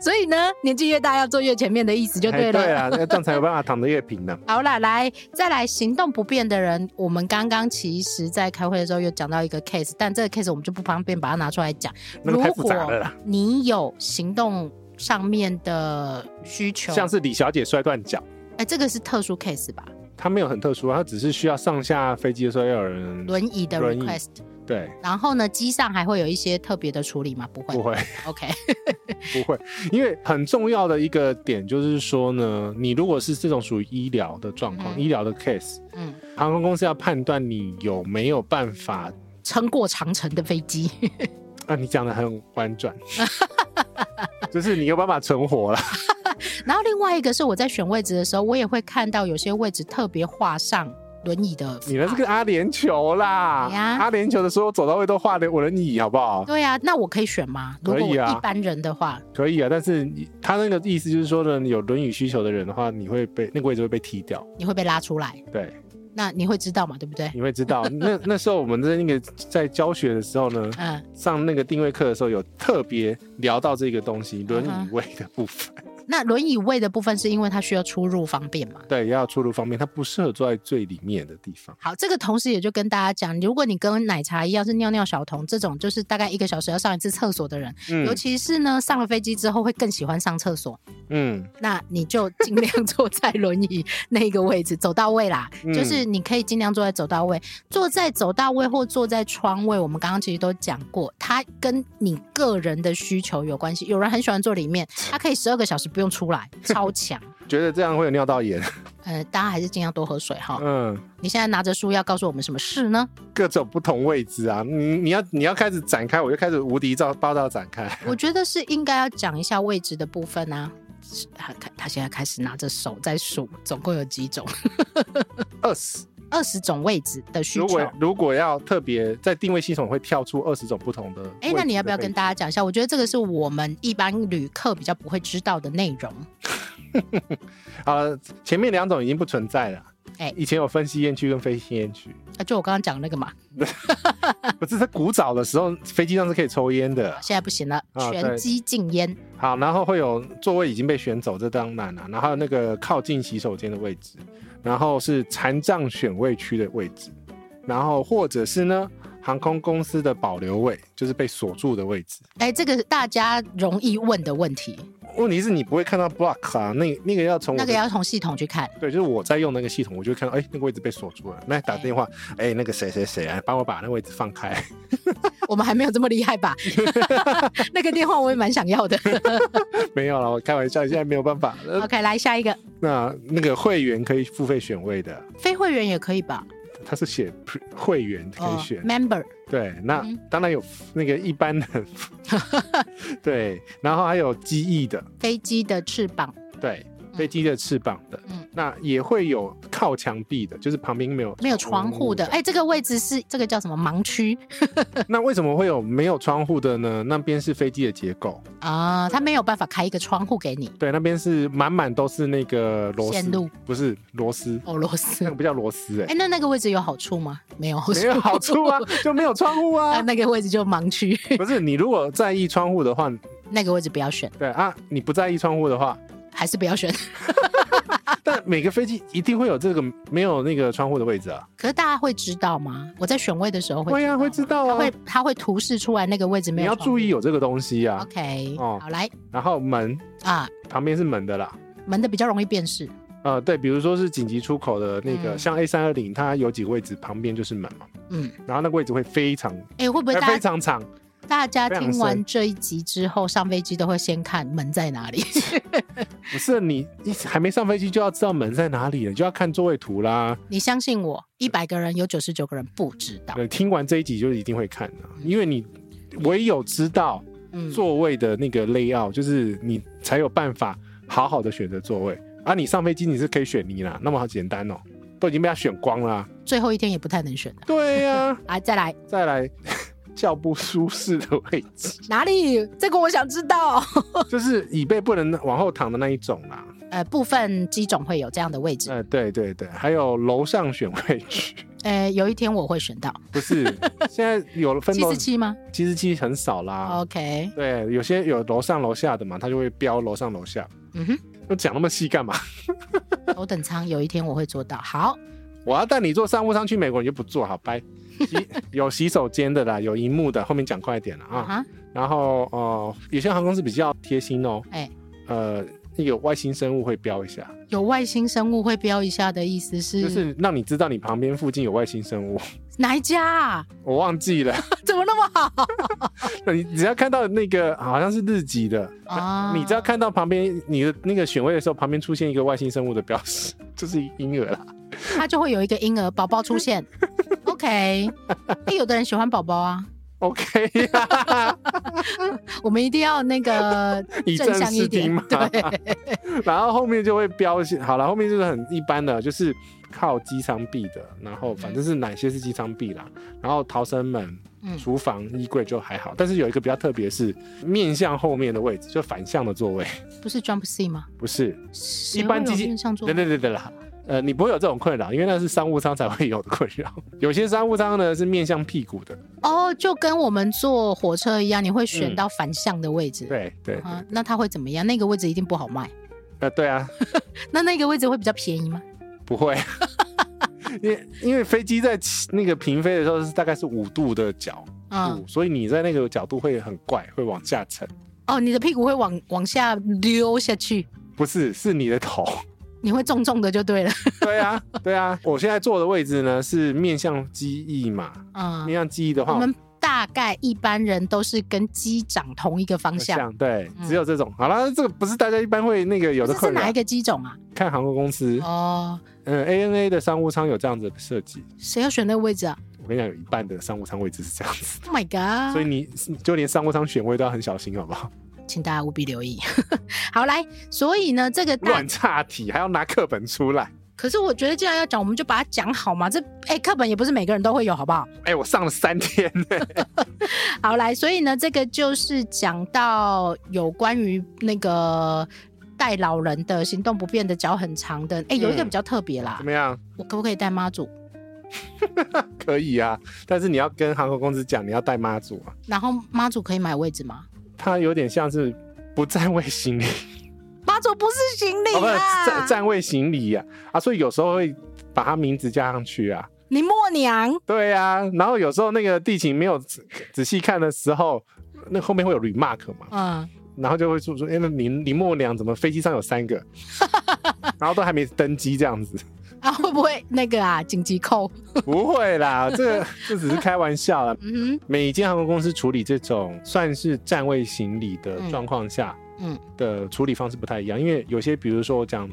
所以呢，年纪越大要坐越前面的意思就对
哎
了。
对啊，那这样才有办法躺得越平呢。
好啦，来再来行动不便的人，我们刚刚其实在开会的时候有讲到一个 case，但这个 case 我们就不方便把它拿出来讲。
那
如
个
果
太复杂了啦，
你有行动上面的需求，
像是李小姐摔断脚，
哎，这个是特殊 case 吧？
她没有很特殊啊，她只是需要上下飞机的时候要有人
轮椅的
轮椅
request，
对，
然后呢，机上还会有一些特别的处理吗？不会
不会
o k
不会，因为很重要的一个点就是说呢，你如果是这种属于医疗的状况，
嗯
医疗的 case，
嗯，
航空公司要判断你有没有办法。
撑过长城的飞机。
啊，你讲的很婉 转，就是你有办法存活了。
然后另外一个是我在选位置的时候，我也会看到有些位置特别画上轮椅的。
你那是跟阿联酋啦，
哎呀
阿联酋的所有走到位都画的我轮椅，好不好？
对啊，那我可以选吗？如
可以啊
果我一般人的话，
可以啊，但是你他那个意思就是说呢，有轮椅需求的人的话，你会被那个位置会被踢掉，
你会被拉出来，
对，
那你会知道嘛？对不对？
你会知 道。那那时候我们在那个在教学的时候呢，
嗯，
上那个定位课的时候有特别聊到这个东西，轮
嗯
椅
哼
位的部分，
那轮椅位的部分是因为它需要出入方便嘛？
对，要出入方面，它不适合坐在最里面的地方。
好，这个同时也就跟大家讲，如果你跟奶茶一样是尿尿小童这种，就是大概一个小时要上一次厕所的人，
嗯
尤其是呢上了飞机之后会更喜欢上厕所，
嗯，
那你就尽量坐在轮椅那个位置，走到位啦。
嗯
就是你可以尽量坐在走到位，坐在走到位或坐在窗位，我们刚刚其实都讲过，它跟你个人的需求有关系。有人很喜欢坐里面，他可以十二个小时不用出来， 超强。
觉得这样会有尿 道炎。
呃，大家还是尽量多喝水哈。
嗯，
你现在拿着书要告诉我们什么事呢？
各种不同位置啊，你你要你要开始展开，我就开始无敌照爆照展开。
我觉得是应该要讲一下位置的部分啊。是他开他现在开始拿着手在数，总共有几种？
二十，
二十种位置的需
如
求。
果如果要特别在定位系统会跳出二十种不同的位置的配置。
哎，那你要不要跟大家讲一下？我觉得这个是我们一般旅客比较不会知道的内容。
好了，前面两种已经不存在了。
哎
以前有分析烟区跟非 烟区，
啊，就我刚刚讲那个嘛，
不是在古早的时候，飞机上是可以抽烟的。
现在不行了，
啊
全
对
机禁烟。
好，然后会有座位已经被选走，这当然了、然后还有那个靠近洗手间的位置，然后是残障选位区的位置，然后或者是呢航空公司的保留位，就是被锁住的位置。
哎、这个大家容易问的问题，
问题是你不会看到 block 啊，那那个要从我
那
的
个要从系统去看。
对，就是我在用那个系统，我就会看到哎、那个位置被锁住了，那打电话哎、那个谁谁谁啊，帮我把那个位置放开。
我们还没有这么厉害吧？那个电话我也蛮想要 的。
没有了，我开玩笑，现在没有办法。呃
OK，来下一个，
那那个会员可以付费选位的，
非会员也可以吧？
他是写 pre- 会员可以选。
member，
对，那
哦嗯
当然有那个 一般的，对，然后还有机翼的，
飞机的翅膀，
对，飞机的翅膀的，
嗯
那也会有靠墙壁的，就是旁边没有
没有窗户的。哎、这个位置是这个叫什么盲区
那为什么会有没有窗户的呢？那边是飞机的结构，
啊？他没有办法开一个窗户给你。
对，那边是满满都是那个螺丝
线路，
不是螺丝，
俄罗斯，
那
哎
个、不叫螺丝、哎、
那那个位置有好处吗？没有，，
没有好处啊 就没有窗户
啊，
啊。
那个位置就盲区，
不是你如果在意窗户的话，
那个位置不要选，
对啊，你不在意窗户的 话，
还是不要选。
但每个飞机一定会有这个没有那个窗户的位置啊。
可是大家会知道吗？我在选位的时候会
会
知道
啊，
吗
会知道
它会
啊，
它会图示出来那个位置没
你
有
要
窗户。
注意有这个东西啊。
OK，、
哦
好来
然后门
啊，
旁边是门的啦，
门的比较容易辨识。
呃，对，比如说是紧急出口的那个，
嗯
像 A 三二零，它有几个位置旁边就是门嘛，
嗯，
然后那个位置会非常
哎、会不会
呃
大
非
家
常长，
大家
非常
听完
深
这一集之后上飞机都会先看门在哪里？
不是你一还没上飞机就要知道门在哪里了，就要看座位图啦。
你相信我，一百个人有九十九个人不知道。
呃，听完这一集就一定会看的，因为你唯有知道
嗯，
座位的那个 layout，就是你才有办法好好的选择座位。啊，你上飞机你是可以选你啦，那么好简单哦，都已经被他选光啦。
最后一天也不太能选的。
对呀、
来，再来
再来 较不舒适的位 置，
哪里？这个我想知道。
就是椅背不能往后躺的那一种啦。
呃，部分机种会有这样的位置。
呃，对对对，还有楼上选位 区，
呃，有一天我会选到
不是现在有分啊
七
楼
十七吗
七十七很少啦。
？OK，
对，有些有楼上楼下的嘛，他就会标楼上楼下。
嗯
那讲那么细干嘛？
哼，头等舱有一天我会做到。好，
我要带你坐商务舱去美国，你就不坐，好拜。 洗有洗手间的啦，有荧幕的，后面讲快一点了啊。
啊，
然后呃，有些航空公司比较贴心哦，
哎
呃，有外星生物会标一下，
有外星生物会标一下的意思是、
就是让你知道你旁边附近有外星生物。
哪一家、啊？
我忘记了，
怎么那么好
你只要看到那个好像是日籍的，
啊
你只要看到旁边你的那个选位的时候，旁边出现一个外星生物的标识， 就是婴儿啦。
它就会有一个婴儿宝宝出现。OK，哎， 有的人喜欢宝宝啊，
OK 呀、
我们一定要那个
以
正
正
向一
视
点
听嘛。
对，
然后后面就会标一些，好了，后面就是很一般的，就是靠机舱壁的，然后反正是哪些是机舱壁啦，然后逃生门、
嗯
厨房、衣柜就还好，但是有一个比较特别是面向后面的位置，就反向的座位，
不是 Jump C 吗？
不是
一
般机器
上座
对对对对啦，呃，你不会有这种困扰，因为那是商务舱才会有的困扰。 有些商务舱呢是面向屁股的，
哦，就跟我们坐火车一样，你会选
嗯
到反向的位置。
对对，
啊，那它会怎么样？那个位置一定不好卖。
呃，对啊，
那那个位置会比较便宜吗？
不会，因为因为飞机在起那个平飞的时候是大概是五度的角度，
嗯，
所以你在那个角度会很怪，会往下沉，
哦，你的屁股会往往下溜下去，
不是是你的头。
你会重重的就 对了。
对啊，对啊，我现在坐的位置呢是面向机翼嘛，
嗯，
面向机翼的
我
话。
们大概一般人都是跟机长同一个方向。
像对，
嗯
只有这种。好啦，这个不是大家一般会那个有
这
的
是
困扰
哪一。个机种啊？
看航空公司，
哦，
嗯，ANA 的商务舱有这样子的设计。
谁要选那个位置啊
我跟你讲，有一半的商务舱位置是这样子，
？Oh my god！
所以你就连商务舱选位都要很小心，好不好？
请大家务必留意。 好，来，所以呢，这个大
乱，岔题，还要拿课本出来。
可是我觉得既然要讲，我们就把它讲好嘛。这哎，课本也不是每个人都会有，好不好？
哎、我上了三天呢、
好，来，所以呢，这个就是讲到有关于那个。带老人的、行动不便的、脚很长的，哎，有一个
嗯
比较特别啦
怎，么样？
我可不可以带妈祖？
可以啊，但是你要跟航空公司讲，你要带妈祖啊，
然后妈祖可以买位置吗？
它有点像是不占位行李，
妈祖不是行
哦，不
李
是
啦，
占占位行李呀、啊，啊，所以有时候会把它名字加上去啊。
你默娘，
对呀、然后有时候那个地勤没有仔仔细看的时候，那后面会有 remark 嘛，
嗯，
然后就会说说，哎、那林林默娘怎么飞机上有三个，然后都还没登机这样子？
啊，会不会那个啊，紧急扣？
不会啦，这个这只是开玩笑啦。
嗯哼，
每一间航空公司处理这种算是占位行李的
嗯
状况下，
嗯
的处理方式不太一样，因为有些比如说我讲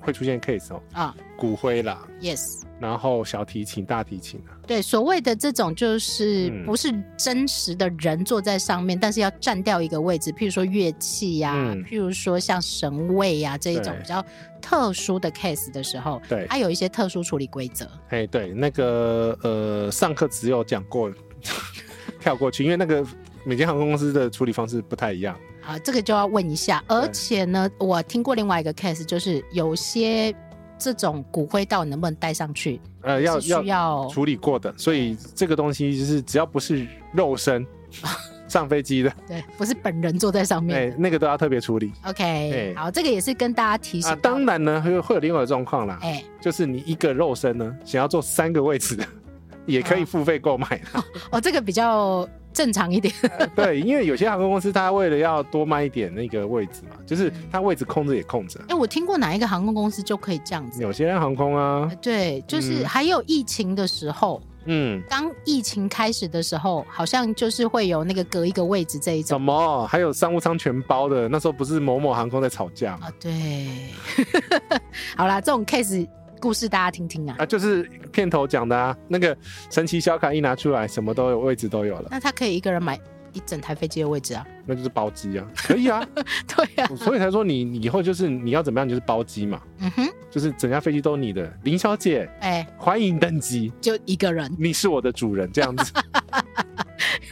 会出现 case 哦，
啊
骨灰啦，
，yes，
然后小提琴、大提琴啊，
对，所谓的这种就是
嗯
不是真实的人坐在上面，但是要占掉一个位置，譬如说乐器呀、
嗯
譬如说像神位呀、这一种
对
比较特殊的 case 的时候，
对
它有一些特殊处理规则。
哎，对，那个呃，上课只有讲过，跳过去，因为那个每间航空公司的处理方式不太一样。
啊，这个就要问一下。而且呢，我听过另外一个 case，就是有些这种骨灰道能不能带上去，
呃，要
是需要
处理过的，所以这个东西就是只要不是 肉身上飞机的，
对，不是本人坐在上
哎
面，的。
那个都要特别处理
OK，
哎
好，这个也是跟大家提
啊。
醒。
当，然呢，会会有另外的状况啦，
哎，
就是你一个肉身呢，想要做三个位置 的，也可以
哦
付费购买 的。
哦，这个比较正常一点。
对，因为有些航空公司它为了要多卖一点那个位置嘛，就是
嗯
它位置空着也空着。
哎，我听过哪一个航空公司就可以这样子。
有些人航空啊
呃，对，就是
嗯
还有疫情的时候，
嗯，
刚疫情开始的时候，好像就是会有那个隔一个位置这一
怎
种
么还有商务舱全包的？那时候不是某某航空在吵架吗？
啊。对， 好啦，这种 case 故事大家听听啊。
啊，就是片头讲的啊，那个神奇小卡一拿出来，什么都有，位置都有了，
那他可以一个人买一整台飞机的位置啊？
那就是包机啊，可以啊，
对呀、
所以才说你你以后就是你要怎么样，你就是包机嘛，
嗯哼，
就是整架飞机都你的，林小姐
哎、
欢迎登机，
就一个人，
你是我的主人，这样子，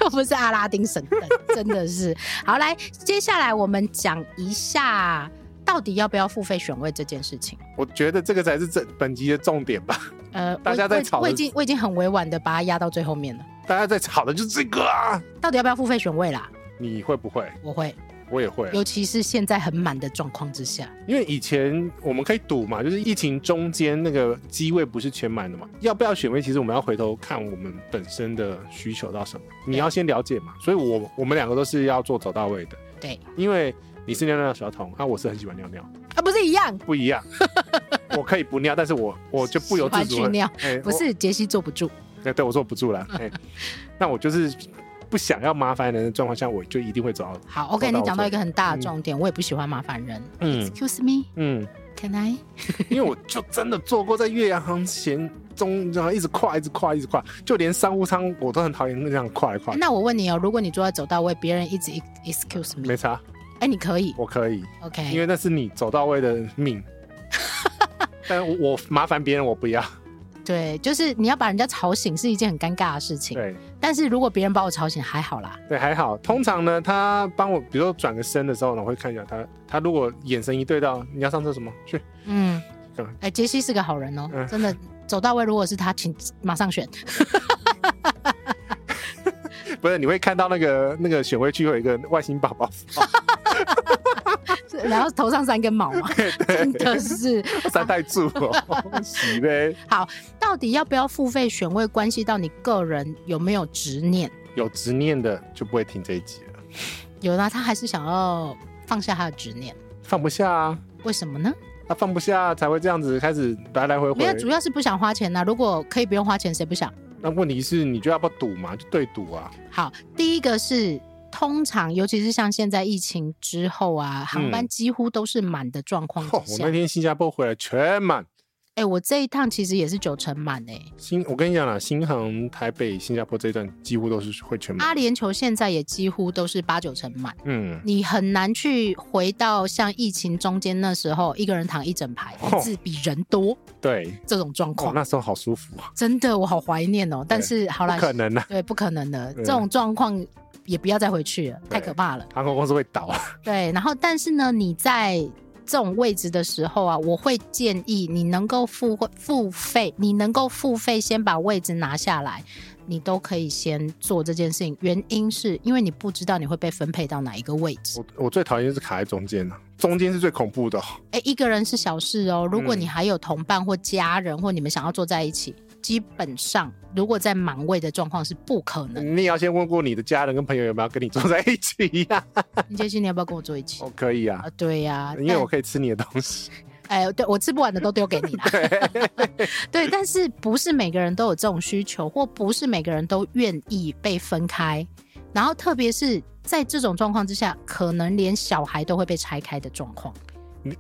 又不是阿拉丁神灯，真的是。好，来，接下来我们讲一下到底要不要付费选位这件事情。
我觉得这个才是这本集的重点吧，
呃，我
大家在
我
吵的
我已经我已经很委婉的把它压到最后面了。
大家在吵的就是这个啊，
到底要不要付费选位啦？
你会不会？
我会，
我也会啊、
尤其是现在很满的状况之下，
因为以前我们可以赌嘛，就是疫情中间那个机位不是全满的嘛，要不要选位？其实我们要回头看我们本身的需求到什么，你要先了解嘛。所以我我们两个都是要做走到位的，
对
因为你是尿尿的小童啊，我是很喜欢尿尿，
啊，不是一样？
不 一样。我可以不尿，但是我我就不由自
喜
主
欢去
地
尿，
哎
不是杰西坐不住。
我哎对我坐不住 了，哎，那我就是不想要麻烦人的状况下，我就一定会走到
好，OK，
走到
你讲到
我
一个很大的
嗯
重点，我也不喜欢麻烦人。
嗯
Excuse me,
嗯，
can I？
因为我就真的坐过在岳阳航线中，然后一直跨，一直跨，一直跨，就连商务舱我都很讨厌那样跨来跨去。
那我问你哦，如果你坐在走道位，别人一直 ex- excuse me，
没差，
哎，你可以
我可以，
，OK，
因为那是你走到位的 命。但我我麻烦别人，我不要。
对，就是你要把人家吵醒是一件很尴尬的事情。
对
但是如果别人把我吵醒，还好啦。
对，还好。通常呢，他帮我，比如说转个身的时候呢，我会看一下他。他如果眼神一对到，你要上厕所吗？去。
嗯
干嘛，
哎，杰西是个好人哦，
嗯
真的。走到位，如果是他，请马上选。
不是，你会看到那个那个选位区会有一个外星宝宝，
然后头上三根毛 嘛，真的是。
三代柱哦，洗呗。
到底要不要付费选位，关系到你个人有没有执念。
有执念的就不会听这一集了，
有啦，他还是想要放下他的执念，
放不下啊。
为什么呢？
他放不下才会这样子开始来来回
没
回
有，。主要是不想花钱呐、啊如果可以不用花钱，谁不想？
那问题是，你就要不要赌嘛？就对赌啊。
好，第一个是通常，尤其是像现在疫情之后啊，航班几乎都是满的状况
吼
之
嗯哦我
下。
那
哎、
天新加坡回来全满。
我这一趟其实也是九成满哎、
新，我跟你讲啦，新航台北、新加坡这一段几乎都是会全满。
阿联酋现在也几乎都是八九成满，
嗯，
你很难去回到像疫情中间那时候一个人躺一整排，
哦
一字比人多
对。
这种状
哦
况，，
那时候好舒服啊！
真的我好怀念哦。但是好
不
啦，
可能啊，
对，不可能的，
对
这种状况也不要再回去了，太
对
可怕了。
航空公司会倒啊。
对，然后但是呢，你在这种位置的时候啊，我会建议你能够付会付费，你能够付费先把位置拿下来，你都可以先做这件事情。原因是因为你不知道你会被分配到哪一个位置。
我我最讨厌就是卡在中间了、啊中间是最恐怖的哦、
哎，一个人是小事哦。如果
嗯
你还有同伴或家人，或你们想要坐在一起，基本上如果在满位的状况是不可能。
你也要先问过你的家人跟朋友有没有跟你坐在一起呀、
你杰西，你要不要跟我坐一起？
哦，可以啊
啊，，对呀、
因为我可以吃你的东西。
哎、对我吃不完的都丢给你啦。 对，但是不是每个人都有这种需求，或不是每个人都愿意被分开。然后，特别是在这种状况之下，可能连小孩都会被拆开的状况。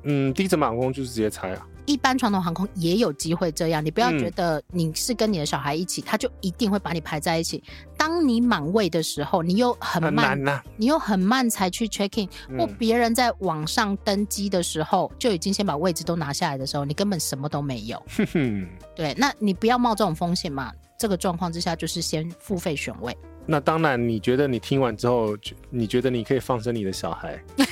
嗯，低成本航空就是直接拆啊。
一般传统航空也有机会这样，你不要
嗯
觉得你是跟你的小孩一起，他就一定会把你排在一起。当你满位的时候，你又很
很
慢，
难呐、
你又很慢才去 check in，、
嗯
或别人在网上登机的时候就已经先把位置都拿下来的时候，你根本什么都没有。
哼哼。
对，那你不要冒这种风险嘛。这个状况之下，就是先付费选位。
那当然，你觉得你听完之后，觉你觉得你可以放生你的小孩，那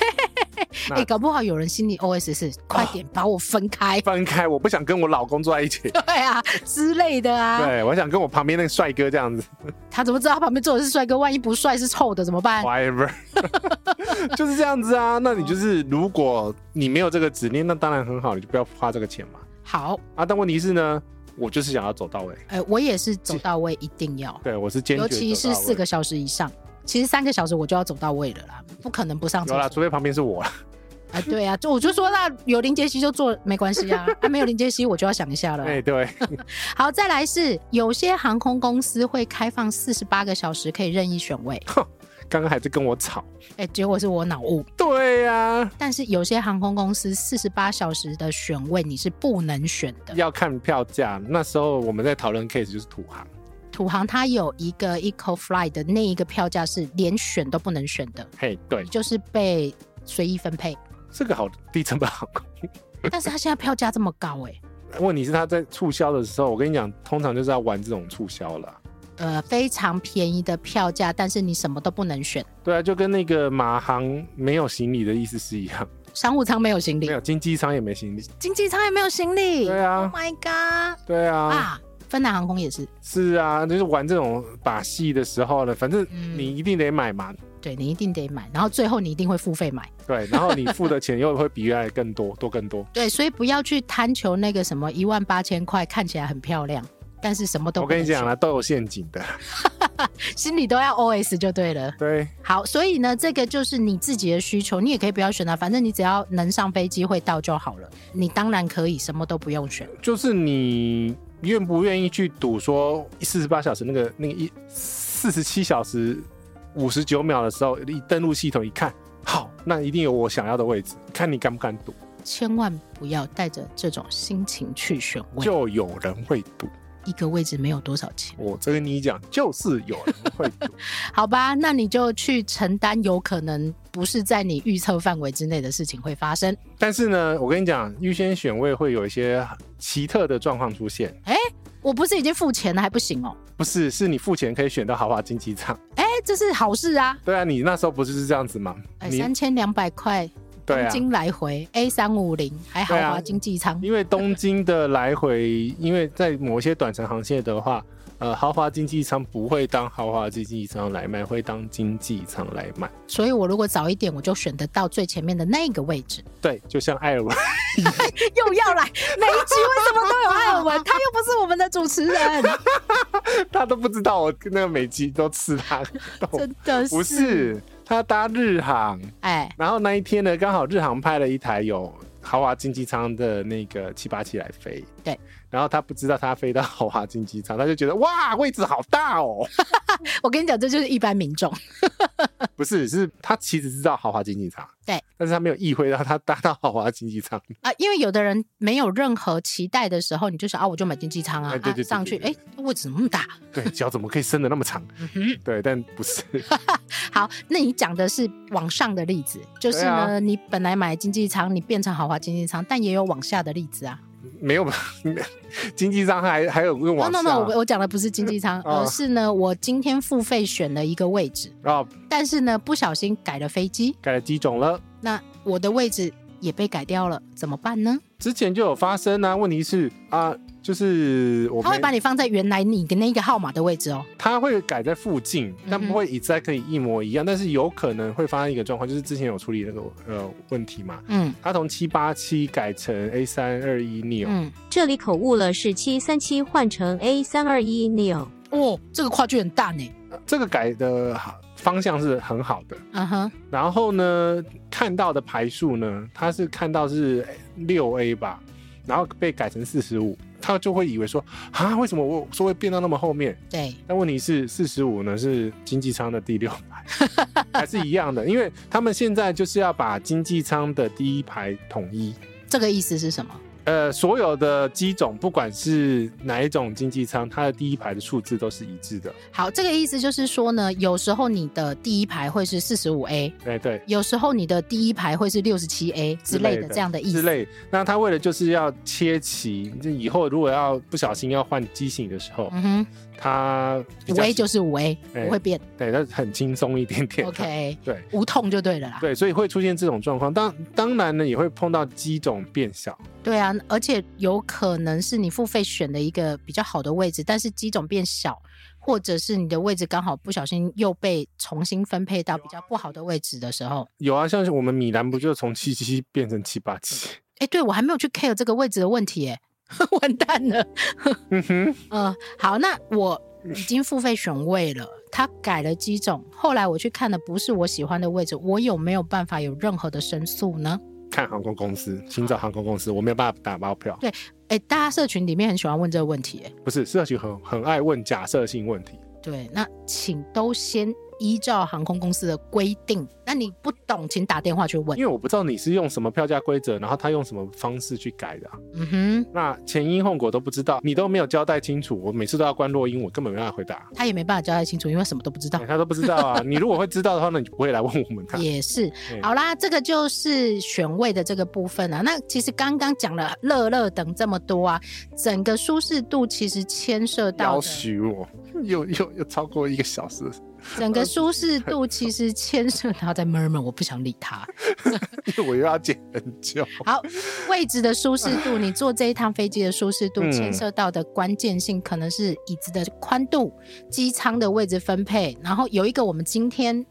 哎、搞不好有人心里 OS 是：快点把我分开，
分开，我不想跟我老公坐在一起。
对啊之类的 啊。
对，我想跟我旁边那个帅哥这样子
他怎么知道他旁边坐的是帅哥？万一不帅是臭的怎么办？
，whatever，就是这样子啊。那你就是，如果你没有这个执念，那当然很好，你就不要花这个钱嘛。
好，
啊，但问题是呢，我就是想要走到位，
呃，我也是走到位一定要，
对我是坚决
尤
走到位，
其是四个小时以上。其实三个小时我就要走到位了啦，不可能不上厕
有啦，
所。
除非旁边哦是我啦。
哎，对啊，就我就说那有林杰西就做没关 系啊，啊没有林杰西我就要想一下了啊。
哎、对，
好，再来是有些航空公司会开放四十八个小时可以任意选 位，
刚刚还在跟我吵。
哎，结果是我脑雾。
对呀、
但是有些航空公司四十八小时的选位你是不能选的。
要看票价。那时候我们在讨论 case 就是土航，
土航它有一个 Eco Fly 的那一个票价是连选都不能选的，
嘿，对，
就是被随意分配。
这个好 低成本航空。
但是它现在票价这么高、欸，
问题是他在促销的时候，我跟你讲，通常就是要玩这种促销了。
呃，非常便宜的票价，但是你什么都不能选，
对啊，就跟那个马航没有行李的意思是一样，
商务舱没有行
没
李，
有经济舱也没行李。
经济舱也没有行李。
对啊
Oh，my god！
对啊，
啊，芬兰航空也是，
是啊，就是玩这种把戏的时候呢，反正
嗯
你一定得买嘛。
对你一定得买，然后最后你一定会付费买。
对，然后你付的钱又会比原来更多，多更 多。
对，所以不要去贪求那个什么一万八千块，看起来很漂亮，但是什么都
我
不
跟你
能选
讲啦，都有陷阱的。
心里都要 OS 就对了。
对，
好，所以呢，这个就是你自己的需求，你也可以不要选它，反正你只要能上飞机会到就好了。你当然可以什么都不用选。
就是你愿不愿意去赌说四十八小时那个那个一四十七小时五十九秒的时候，一登录系统一看，好，那一定有我想要的位置，看你敢不敢赌，
千万不要带着这种心情去选位，
就有人会赌。
一个位置没有多少钱，
我这跟你讲，就是有人会 赌。
好吧？那你就去承担有可能不是在你预测范围之内的事情会发生。
但是呢，我跟你讲，预先选位会有一些奇特的状况出现，
我不是已经付钱了还不行哦？
不是，是你付钱可以选到豪华经济舱。
哎，这是好事啊！
对啊，你那时候不是是这样子吗？
哎，
你
三千两百块
对
东
啊，
京来回 A 三五零，还豪
对啊
华经济舱。
因为东京的来回，因为在某些短程航线的话，呃，豪华经济舱不会当豪华经济舱来卖，会当经济舱来卖。
所以我如果早一点，我就选得到最前面的那个位置。
对，就像艾尔文，
又要来，每一集为什么都有艾尔文？他又不是我们的主持人，
他都不知道我那个每集都吃他的豆腐，
真的是
不是他搭日航，
哎，
然后那一天呢，刚好日航派了一台有豪华经济舱的那个七八七来飞，
对，
然后他不知道他飞到豪华经济舱，他就觉得哇，位置好大哦，
我跟你讲，这就是一般民众。
不是，是他其实知道豪华经济舱，
对，
但是他没有意会到他搭到豪华经济舱，
啊，因为有的人没有任何期待的时候，你就想啊，我就买经济舱啊，
哎对对
啊
对
上去，
对
哎
对，
位置怎么那么大？
对，脚怎么可以伸的那么长？
嗯哼，
对，但不是，
好，那你讲的是往上的例子，就是呢，
对啊
你本来买经济舱，你变成豪华经济舱，但也有往下的例子啊。
没有 经济舱还还有更往
no
下
no no，我我讲的不是经济舱，
哦
而是呢，我今天付费选了一个位置，
然后
但是呢，不小心改了飞机，
改了机种了，
那我的位置也被改掉了，怎么办呢？
之前就有发生啊。问题是啊，就是我
他会
们
把你放在原来你跟那个号码的位置哦。
它会改在附近，但
嗯哼
不会 exactly 一模一样，但是有可能会发生一个状况，就是之前有处理那个呃问题嘛，
嗯
它从七八七改成 A 三二一 neo，、
嗯，
这里口误了，是七三七换成 A 三二一 neo。
哦，这个跨距很大呢。
这个改的方向是很好的。
嗯哼，
然后呢，看到的排数呢，它是看到是六 A 吧，然后被改成四十五，他就会以为说啊，为什么我说会变到那么后面？
对，
但问题是，四十五呢是经济舱的第六排，还是一样的，因为他们现在就是要把经济舱的第一排统一。
这个意思是什么？
呃，所有的机种，不管是哪一种经济舱，它的第一排的数字都是一致的。
好，这个意思就是说呢，有时候你的第一排会是四十五 A，
哎，对，
有时候你的第一排会是六十七 A 之类的这样的意
之
思。
类。那他为了就是要切齐，就以后如果要不小心要换机型的时候，
嗯哼，
他比
五
较
A 就是五 A，
哎
不会变。
对，他很轻松一点点。
OK，
对
无痛就对了啦。
对，所以会出现这种状况。当当然呢，也会碰到机种变小。
对啊，而且有可能是你付费选的一个比较好的位置，但是机种变小，或者是你的位置刚好不小心又被重新分配到比较不好的位置的时候，
有啊，像是我们米兰不就从七七变成七八七？
哎，对我还没有去 care 这个位置的问题，哎， 完蛋了。
嗯哼，
嗯，好，那我已经付费选位了，他改了机种，后来我去看的不是我喜欢的位置，我有没有办法有任何的申诉呢？
看航空公司，寻找航空公司，我没有办法打包票。
哎，大家社群里面很喜欢问这个问题，哎，
不是，社群很很爱问假设性问题。
对，那请都先依照航空公司的规定，那你不懂请打电话去问
因。为我不知道你是用什么票价规则，然后他用什么方式去改的啊、
嗯哼，
那前因后果都不知道，你都没有交代清楚，我每次都要关落音，我根本没办法回答，
他也没办法交代清楚，因为什么都不知道
哎。他都不知 道啊。你如果会知道的话，那你就不会来问我们他、
也是
嗯，
好啦，这个就是选位的这个部分啊。那其实刚刚讲了乐乐等这么多啊，整个舒适度其实牵涉到
要
的
许我，又又又超过一个小时，
整个舒适度 其实牵涉到在 murmur，我不想理他。
因为我又要剪很 久。
好，位置的舒适度，你坐这一趟飞机的舒适度
嗯
牵涉到的关键性，可能是椅子的宽度、机舱的位置分配，然后有一个我们今天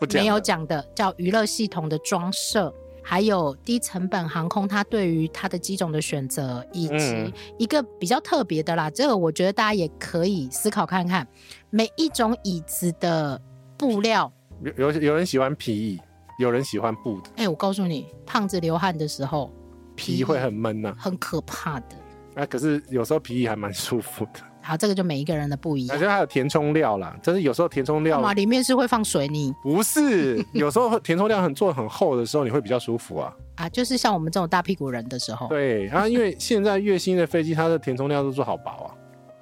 不讲了
没有讲的，叫娱乐系统的装设。还有低成本航空，它对于它的机种的选择，以
嗯
及一个比较特别的啦，这个我觉得大家也可以思考看看，每一种椅子的布料
有有有人喜欢皮椅，有人喜欢布的，
哎、我告诉你，胖子流汗的时候，
皮会很闷呐、啊。啊
很可怕的。
可是有时候皮椅还蛮舒服的，
好，这个就每一个人的不一
而
样。
且还有填充料啦，但是有时候填充料
嘛，里面是会放水泥
不 是，有时候填充量很做得很厚的时候，你会比较舒服啊。
啊，就是像我们这种大屁股人的时候，
对，然、后因为现在越新的飞机，它的填充量都做好薄啊。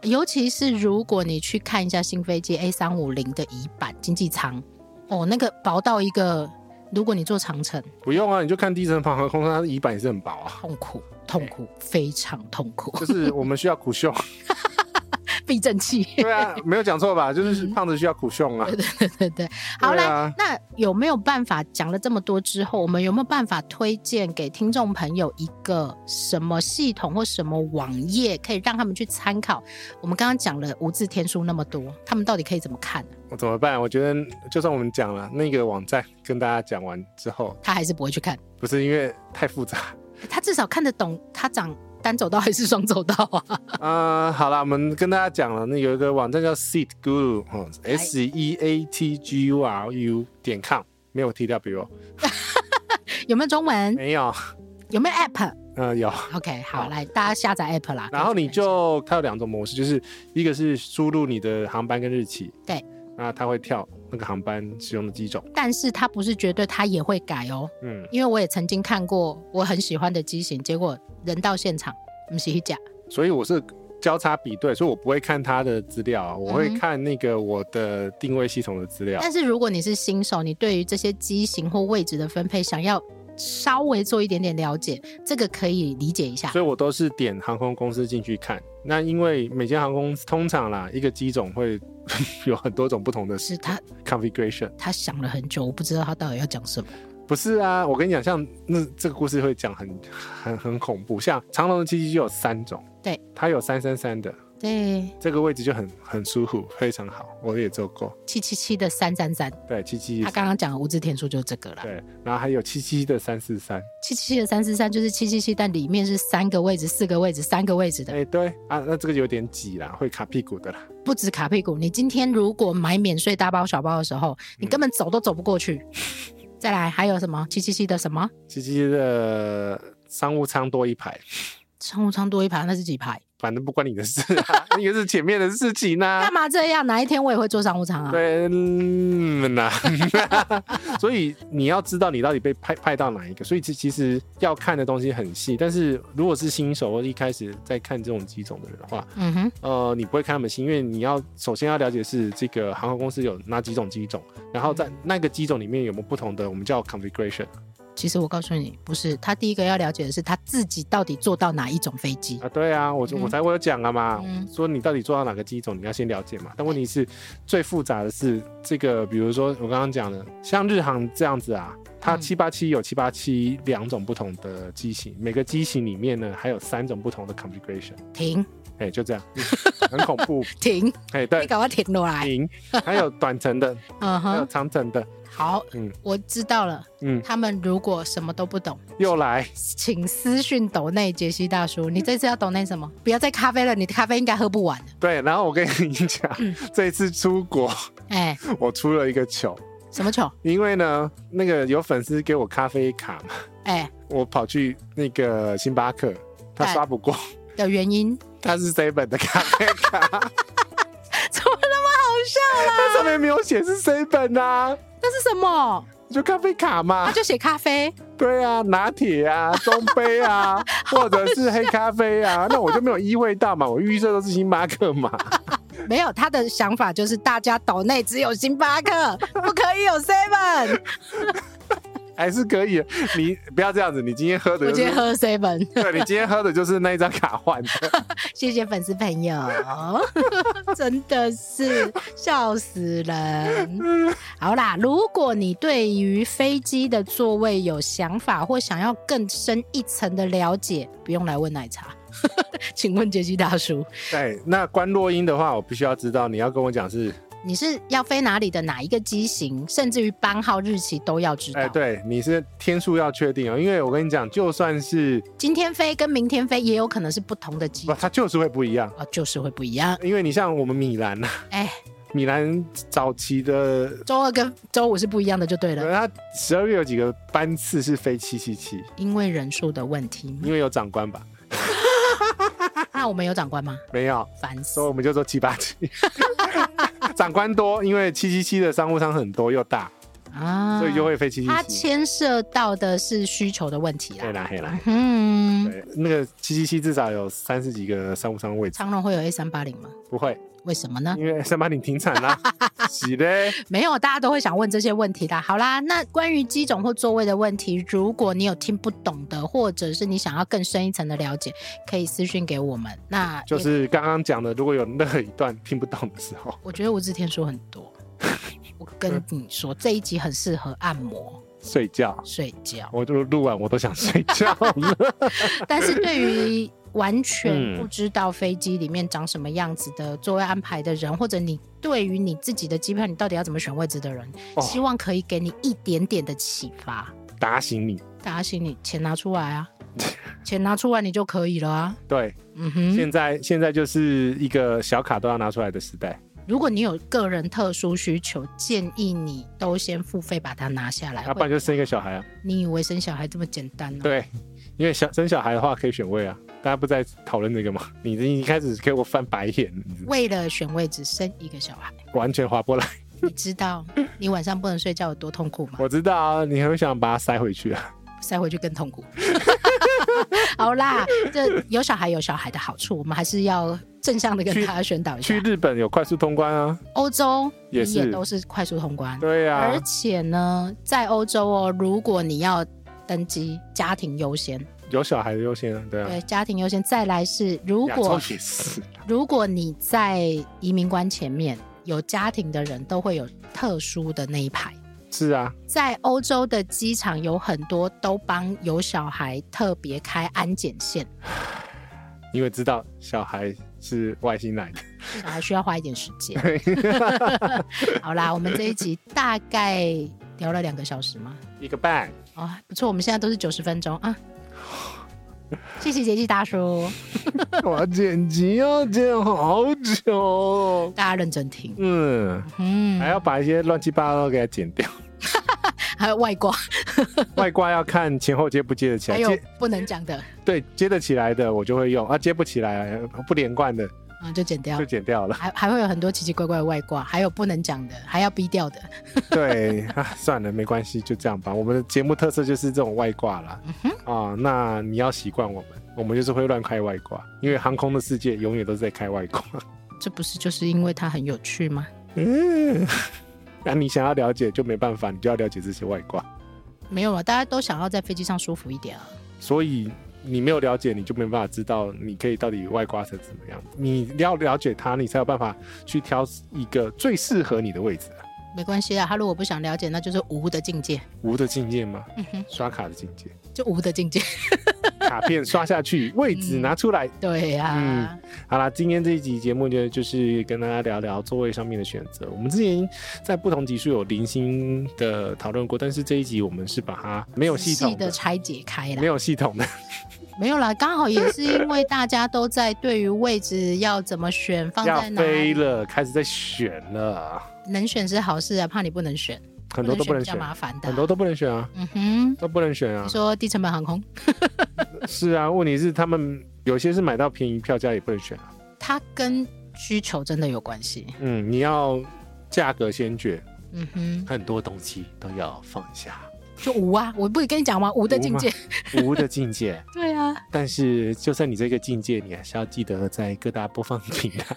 尤其是如果你去看一下新飞机 A 三五零的乙板经济舱，哦，那个薄到一个，如果你坐长城，
不用啊，你就看低层跑航空，它的椅板也是很薄 啊。
痛苦，痛苦，非常痛苦，
就是我们需要苦秀，
避震器。
对啊，没有讲错吧？就是胖子需要苦秀啊。
嗯对 对对，好嘞、
对啊
那有没有办法讲了这么多之后，我们有没有办法推荐给听众朋友一个什么系统或什么网页，可以让他们去参考？我们刚刚讲了无字天书那么多，他们到底可以怎么看？
我怎么办？我觉得就算我们讲了那个网站，跟大家讲完之后，
他还是不会去看，
不是因为太 复杂
他至少看得懂他长单走道还是双走道啊？
啊、好啦，我们跟大家讲了，那有一个网站叫 Seat Guru 哦，S
哎
E A T G U R U 点 com，没有 T W，哦
嗯有没有中文？
没有，
有没有 App？
呃，有。
OK，好，
好
来大家下载 app 啦。
然后你就它有两种模式，就是一个是输入你的航班跟日期，
对，
那它会跳那个航班使用的机种，
但是它不是绝对，它也会改哦。
嗯，
因为我也曾经看过我很喜欢的机型，结果人到现场，不是一假。
所以我是交叉比对，所以我不会看它的资料啊，我会
嗯哼
看那个我的定位系统的资料。
但是如果你是新手，你对于这些机型或位置的分配，想要稍微做一点点了解，这个可以理解一下
所。以我都是点航空公司进去看，那因为每间航空公司通常啦，一个机种会 有很多种不同的
是他，
configuration，
他想了很久，我不知道他到底要讲什么。
不是啊，我跟你讲，像那这个故事会讲很很很恐怖，像长隆的七七就有三种，
对，
它有三三三的，
对，
这个位置就很很舒服，非常好，我也做过，
七七七的三三三，
对，七七
他刚刚讲的无字天书就是这个了。
对，然后还有七七的三四三，
七七七的三四三就是七七七，但里面是三个位置、四个位置、三个位置的，
哎，对啊，那这个有点挤啦，会卡屁股的啦，
不止卡屁股。你今天如果买免税大包小包的时候，你根本走都走不过去。再来还有什么七七七的什么
七七的商务舱多一排，
商务舱多一排，那是几排？
反正不关你的事 啊，那个是前面的事情呐、
干嘛这样？哪一天我也会做商务舱啊？
对，嗯呐、 所以你要知道你到底被派派到哪一个，所以其其实要看的东西很细。但是如果是新手或一开始在看这种机种的人的话，
嗯哼，
呃，你不会看他们新，因为你要首先要了解是这个航空公司有哪几种机种，然后在那个机种里面有没有不同的，我们叫 configuration
其实我告诉你，不是他第一个要了解的是他自己到底坐到哪一种飞机。
啊。对啊，我就我
嗯
才我有讲了嘛，
嗯
说你到底做到哪个机种，你要先了解嘛。但问题是，最复杂的是这个，比如说我刚刚讲的，像日航这样子啊，它
嗯
七八七有七八七两种不同的机型，每个机型里面呢还有三种不同的 configuration，
停
哎，就 这样，很恐怖，
停，
哎，
你
对，
赶快停落来。
零，还有短程的，
嗯
还有
哼，
长程的，
好，
嗯
我知道了。
嗯，
他们如果什么都不懂，
又来，
请私讯抖内杰西大叔。你这次要抖内什么？不要再咖啡了，你的咖啡应该喝不完。
对，然后我跟你讲，
嗯
这一次出国
哎、
我出了一个糗，
什么球？
因为呢，那个有粉丝给我咖啡卡嘛。
哎、
我跑去那个星巴克，他刷 不过，
的原因
他是 seven 的咖啡 卡，
怎么那么好笑啊 啦？
它上面没有写是 seven 啊，
那是什么？
就咖啡卡嘛
他，啊就写咖啡，
对啊，拿 铁啊，中杯啊，或者是黑咖啡啊，那我就没有意会到嘛，我预设都是星巴 克嘛，
没有他的想法就是大家抖内只有星巴 克，不可以有 seven。
还是可以的。你不要这样子，你今天喝
我
的、就
今天
是，
喝 seven，
对你今天喝的就是那一张卡换的，
谢谢粉丝朋友， 真的是笑死人。好啦，如果你对于飞机的座位有想法，或想要更深一层的了解，不用来问奶茶， 请问杰西大叔，
对，哎那关落音的话，我必须要知道，你要跟我讲是，
你是要飞哪里的哪一个机型，甚至于班号、日期都要知道。
哎、对，你是天数要确定哦，因为我跟你讲，就算是
今天飞跟明天飞也有可能是不同的机
不，它就是会不一样。
啊，就是会不一样。
因为你像我们米兰呐、
哎，
米兰早期的，
周二跟周五是不一样的，就对了，
它十二月有几个班次是飞七七七，
因为人数的问题嘛。
因为有长官吧？
那啊我们有长官吗？
没有，
烦死
所以！我们就说七八七。 长官多，因为七七七的商务舱很多又大，
啊，
所以就会飞七
它
七七。
牵涉到的是需求的问题
黑
啦。
啦黑啦，
啊嗯，
对，那个七七七至少有三十几个商务舱位置，
长荣会有 A 三八零吗？
不会，
为什么呢？
因为三八零停产 啦，是嘞，
没有，大家都会想问这些问题啦。好啦，那关于机种或座位的问题，如果你有听不懂的，或者是你想要更深一层的了解，可以私讯给我们。那
就
也
是刚刚讲的，如果有那一段听不懂的时候，
我觉得吴志天说很 多，我跟你说这一集很适合按摩、
睡觉，
睡觉。
我就录完我都想睡觉了。
但是对于完全
嗯
不知道飞机里面长什么样子的座位安排的人，或者你对于你自己的机票你到底要怎么选位置的人，
哦
希望可以给你一点点的启发。
打醒你。
大家心里钱拿出 来啊，钱拿出来你就可以了啊。
对，
嗯哼，
现在现在就是一个小卡都要拿出来的时代。
如果你有个人特殊需求，建议你都先付费把它拿下来。
要不然就生一个小孩啊。
会你以为生小孩这么简单呢、
对，因为小生小孩的话可以选位啊。大家不在讨论这个吗？你你一开始给我翻白眼，你
为了选位置生一个小孩，
完全划不来。
你知道你晚上不能睡觉有多痛苦吗？
我知道啊，你很想把它塞回去啊。
塞回去更痛苦。 好啦，这有小孩有小孩的好处，我们还是要正向的跟
去
大家宣导一下
去。日本有快速通关啊。
欧洲
也
你也
是
都是快速通关，
对啊
而，且呢，在欧洲哦，如果你要登机，家庭优先，
有小孩的优先啊。对啊。
对，家庭优先。再来是，如
亚
果
洲也是，
如果你在移民关前面有家庭的人，都会有特殊的那一排。
是啊，
在欧洲的机场有很多都帮有小孩特别开安检线，
因为知道小孩是外星来的，
小孩需要花一点时间。 好啦，我们这一集大概聊了两个小时嘛，
一个半。
哦，不错，我们现在都是九十分钟啊。谢谢杰记大叔，
我剪辑要剪好久哦，
大家认真听。
嗯，
嗯，
还要把一些乱七八糟给它剪 掉。
还有外挂，
外挂要看前后接不接得起
还
来，
有
接
不能讲的
对接得起来的我就会用啊，接不起来不连贯的
啊、就剪掉
就。剪掉了。
还还会有很多奇奇怪怪的外挂，还有不能讲的，还要逼掉的。
对 啊，算了，没关系，就这样吧。我们的节目特色就是这种外挂啦。啊，那你要习惯我们，我们就是会乱开外挂，因为航空的世界永远都是在开外挂。
这不是就是因为它很有趣吗？
嗯， 那、你想要了解就没办法，你就要了解这些外挂。
没有啊，大家都想要在飞机上舒服一点啊。
所以你没有了解，你就没办法知道你可以到底外挂成怎么样。你要了解它，你才有办法去挑一个最适合你的位置。
没关系啊，他如果不想了解，那就是无的境界，
无的境界吗？
嗯哼，
刷卡的境界，
就无的境界。
卡片刷下去，位置
嗯
拿出来。
对呀、
嗯
啊，
好啦，今天这一集节目呢，就是跟大家聊聊座位上面的选择。我们之前在不同集数有零星的讨论过，但是这一集我们是把它没有系
仔细
统
的
的、
拆解开
没
了。
有系统的
没有啦，刚好也是因为大家都在对于位置要怎么选，放
要
在哪里，
飞了，开始在选了，
能选是好事啊，怕你不能选，
很多都不能
比较
选，
麻烦的啊。
很多都不能选啊，
嗯哼，
都不能选啊
你。说低成本航空，
是啊，问题是他们有些是买到便宜票价也不能选啊。
它跟需求真的有关系。
嗯，你要价格先决，
嗯哼，
很多东西都要放下，
就无啊，我不是跟你讲吗？无的境界。
无的境界。
对啊，
但是，就算你这个境界，你还是要记得在各大播放平 台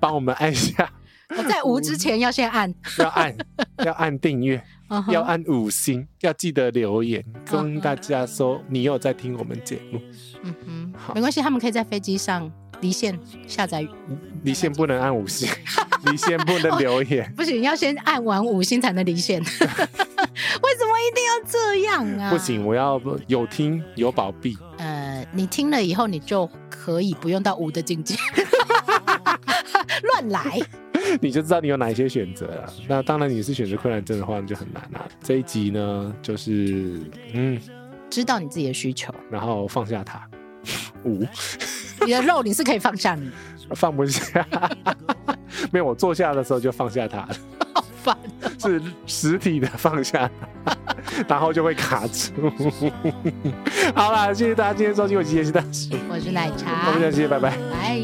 帮我们按下，
我在无之前要先按，
要按，要按订阅，
嗯哼
要按五星，要记得留言，跟大家说你有在听我们节目。
嗯
好
哼，没关系，他们可以在飞机上离线下载。
离线不能按五星， 离线不能留言。
不行，要先按完五星才能离线。为 什么一定要这样啊？
不行，，我要有听有保庇。
呃，你听了以后，你就可以不用到无的境界， 乱来。
你就知道你有哪一些选择了。那当然，你是选择困难症的话，那就很难了、这一集呢，就是嗯，
知道你自己的需求，
然后放下它，五
你的肉你是可以放下你，
放不下， 没有我坐下的时候就放下它了，
好烦。哦
是实体的放下，然后就会卡住。 好啦，谢谢大家今天收听我今天是大叔，
我是奶
我
茶
们，下期见拜拜。
拜。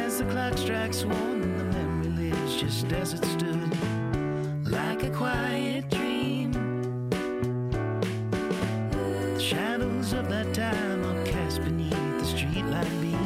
As the clock strikes one, the memory lives just as it stood, like a quiet dream. The shadows of that time are cast beneath the streetlight beam.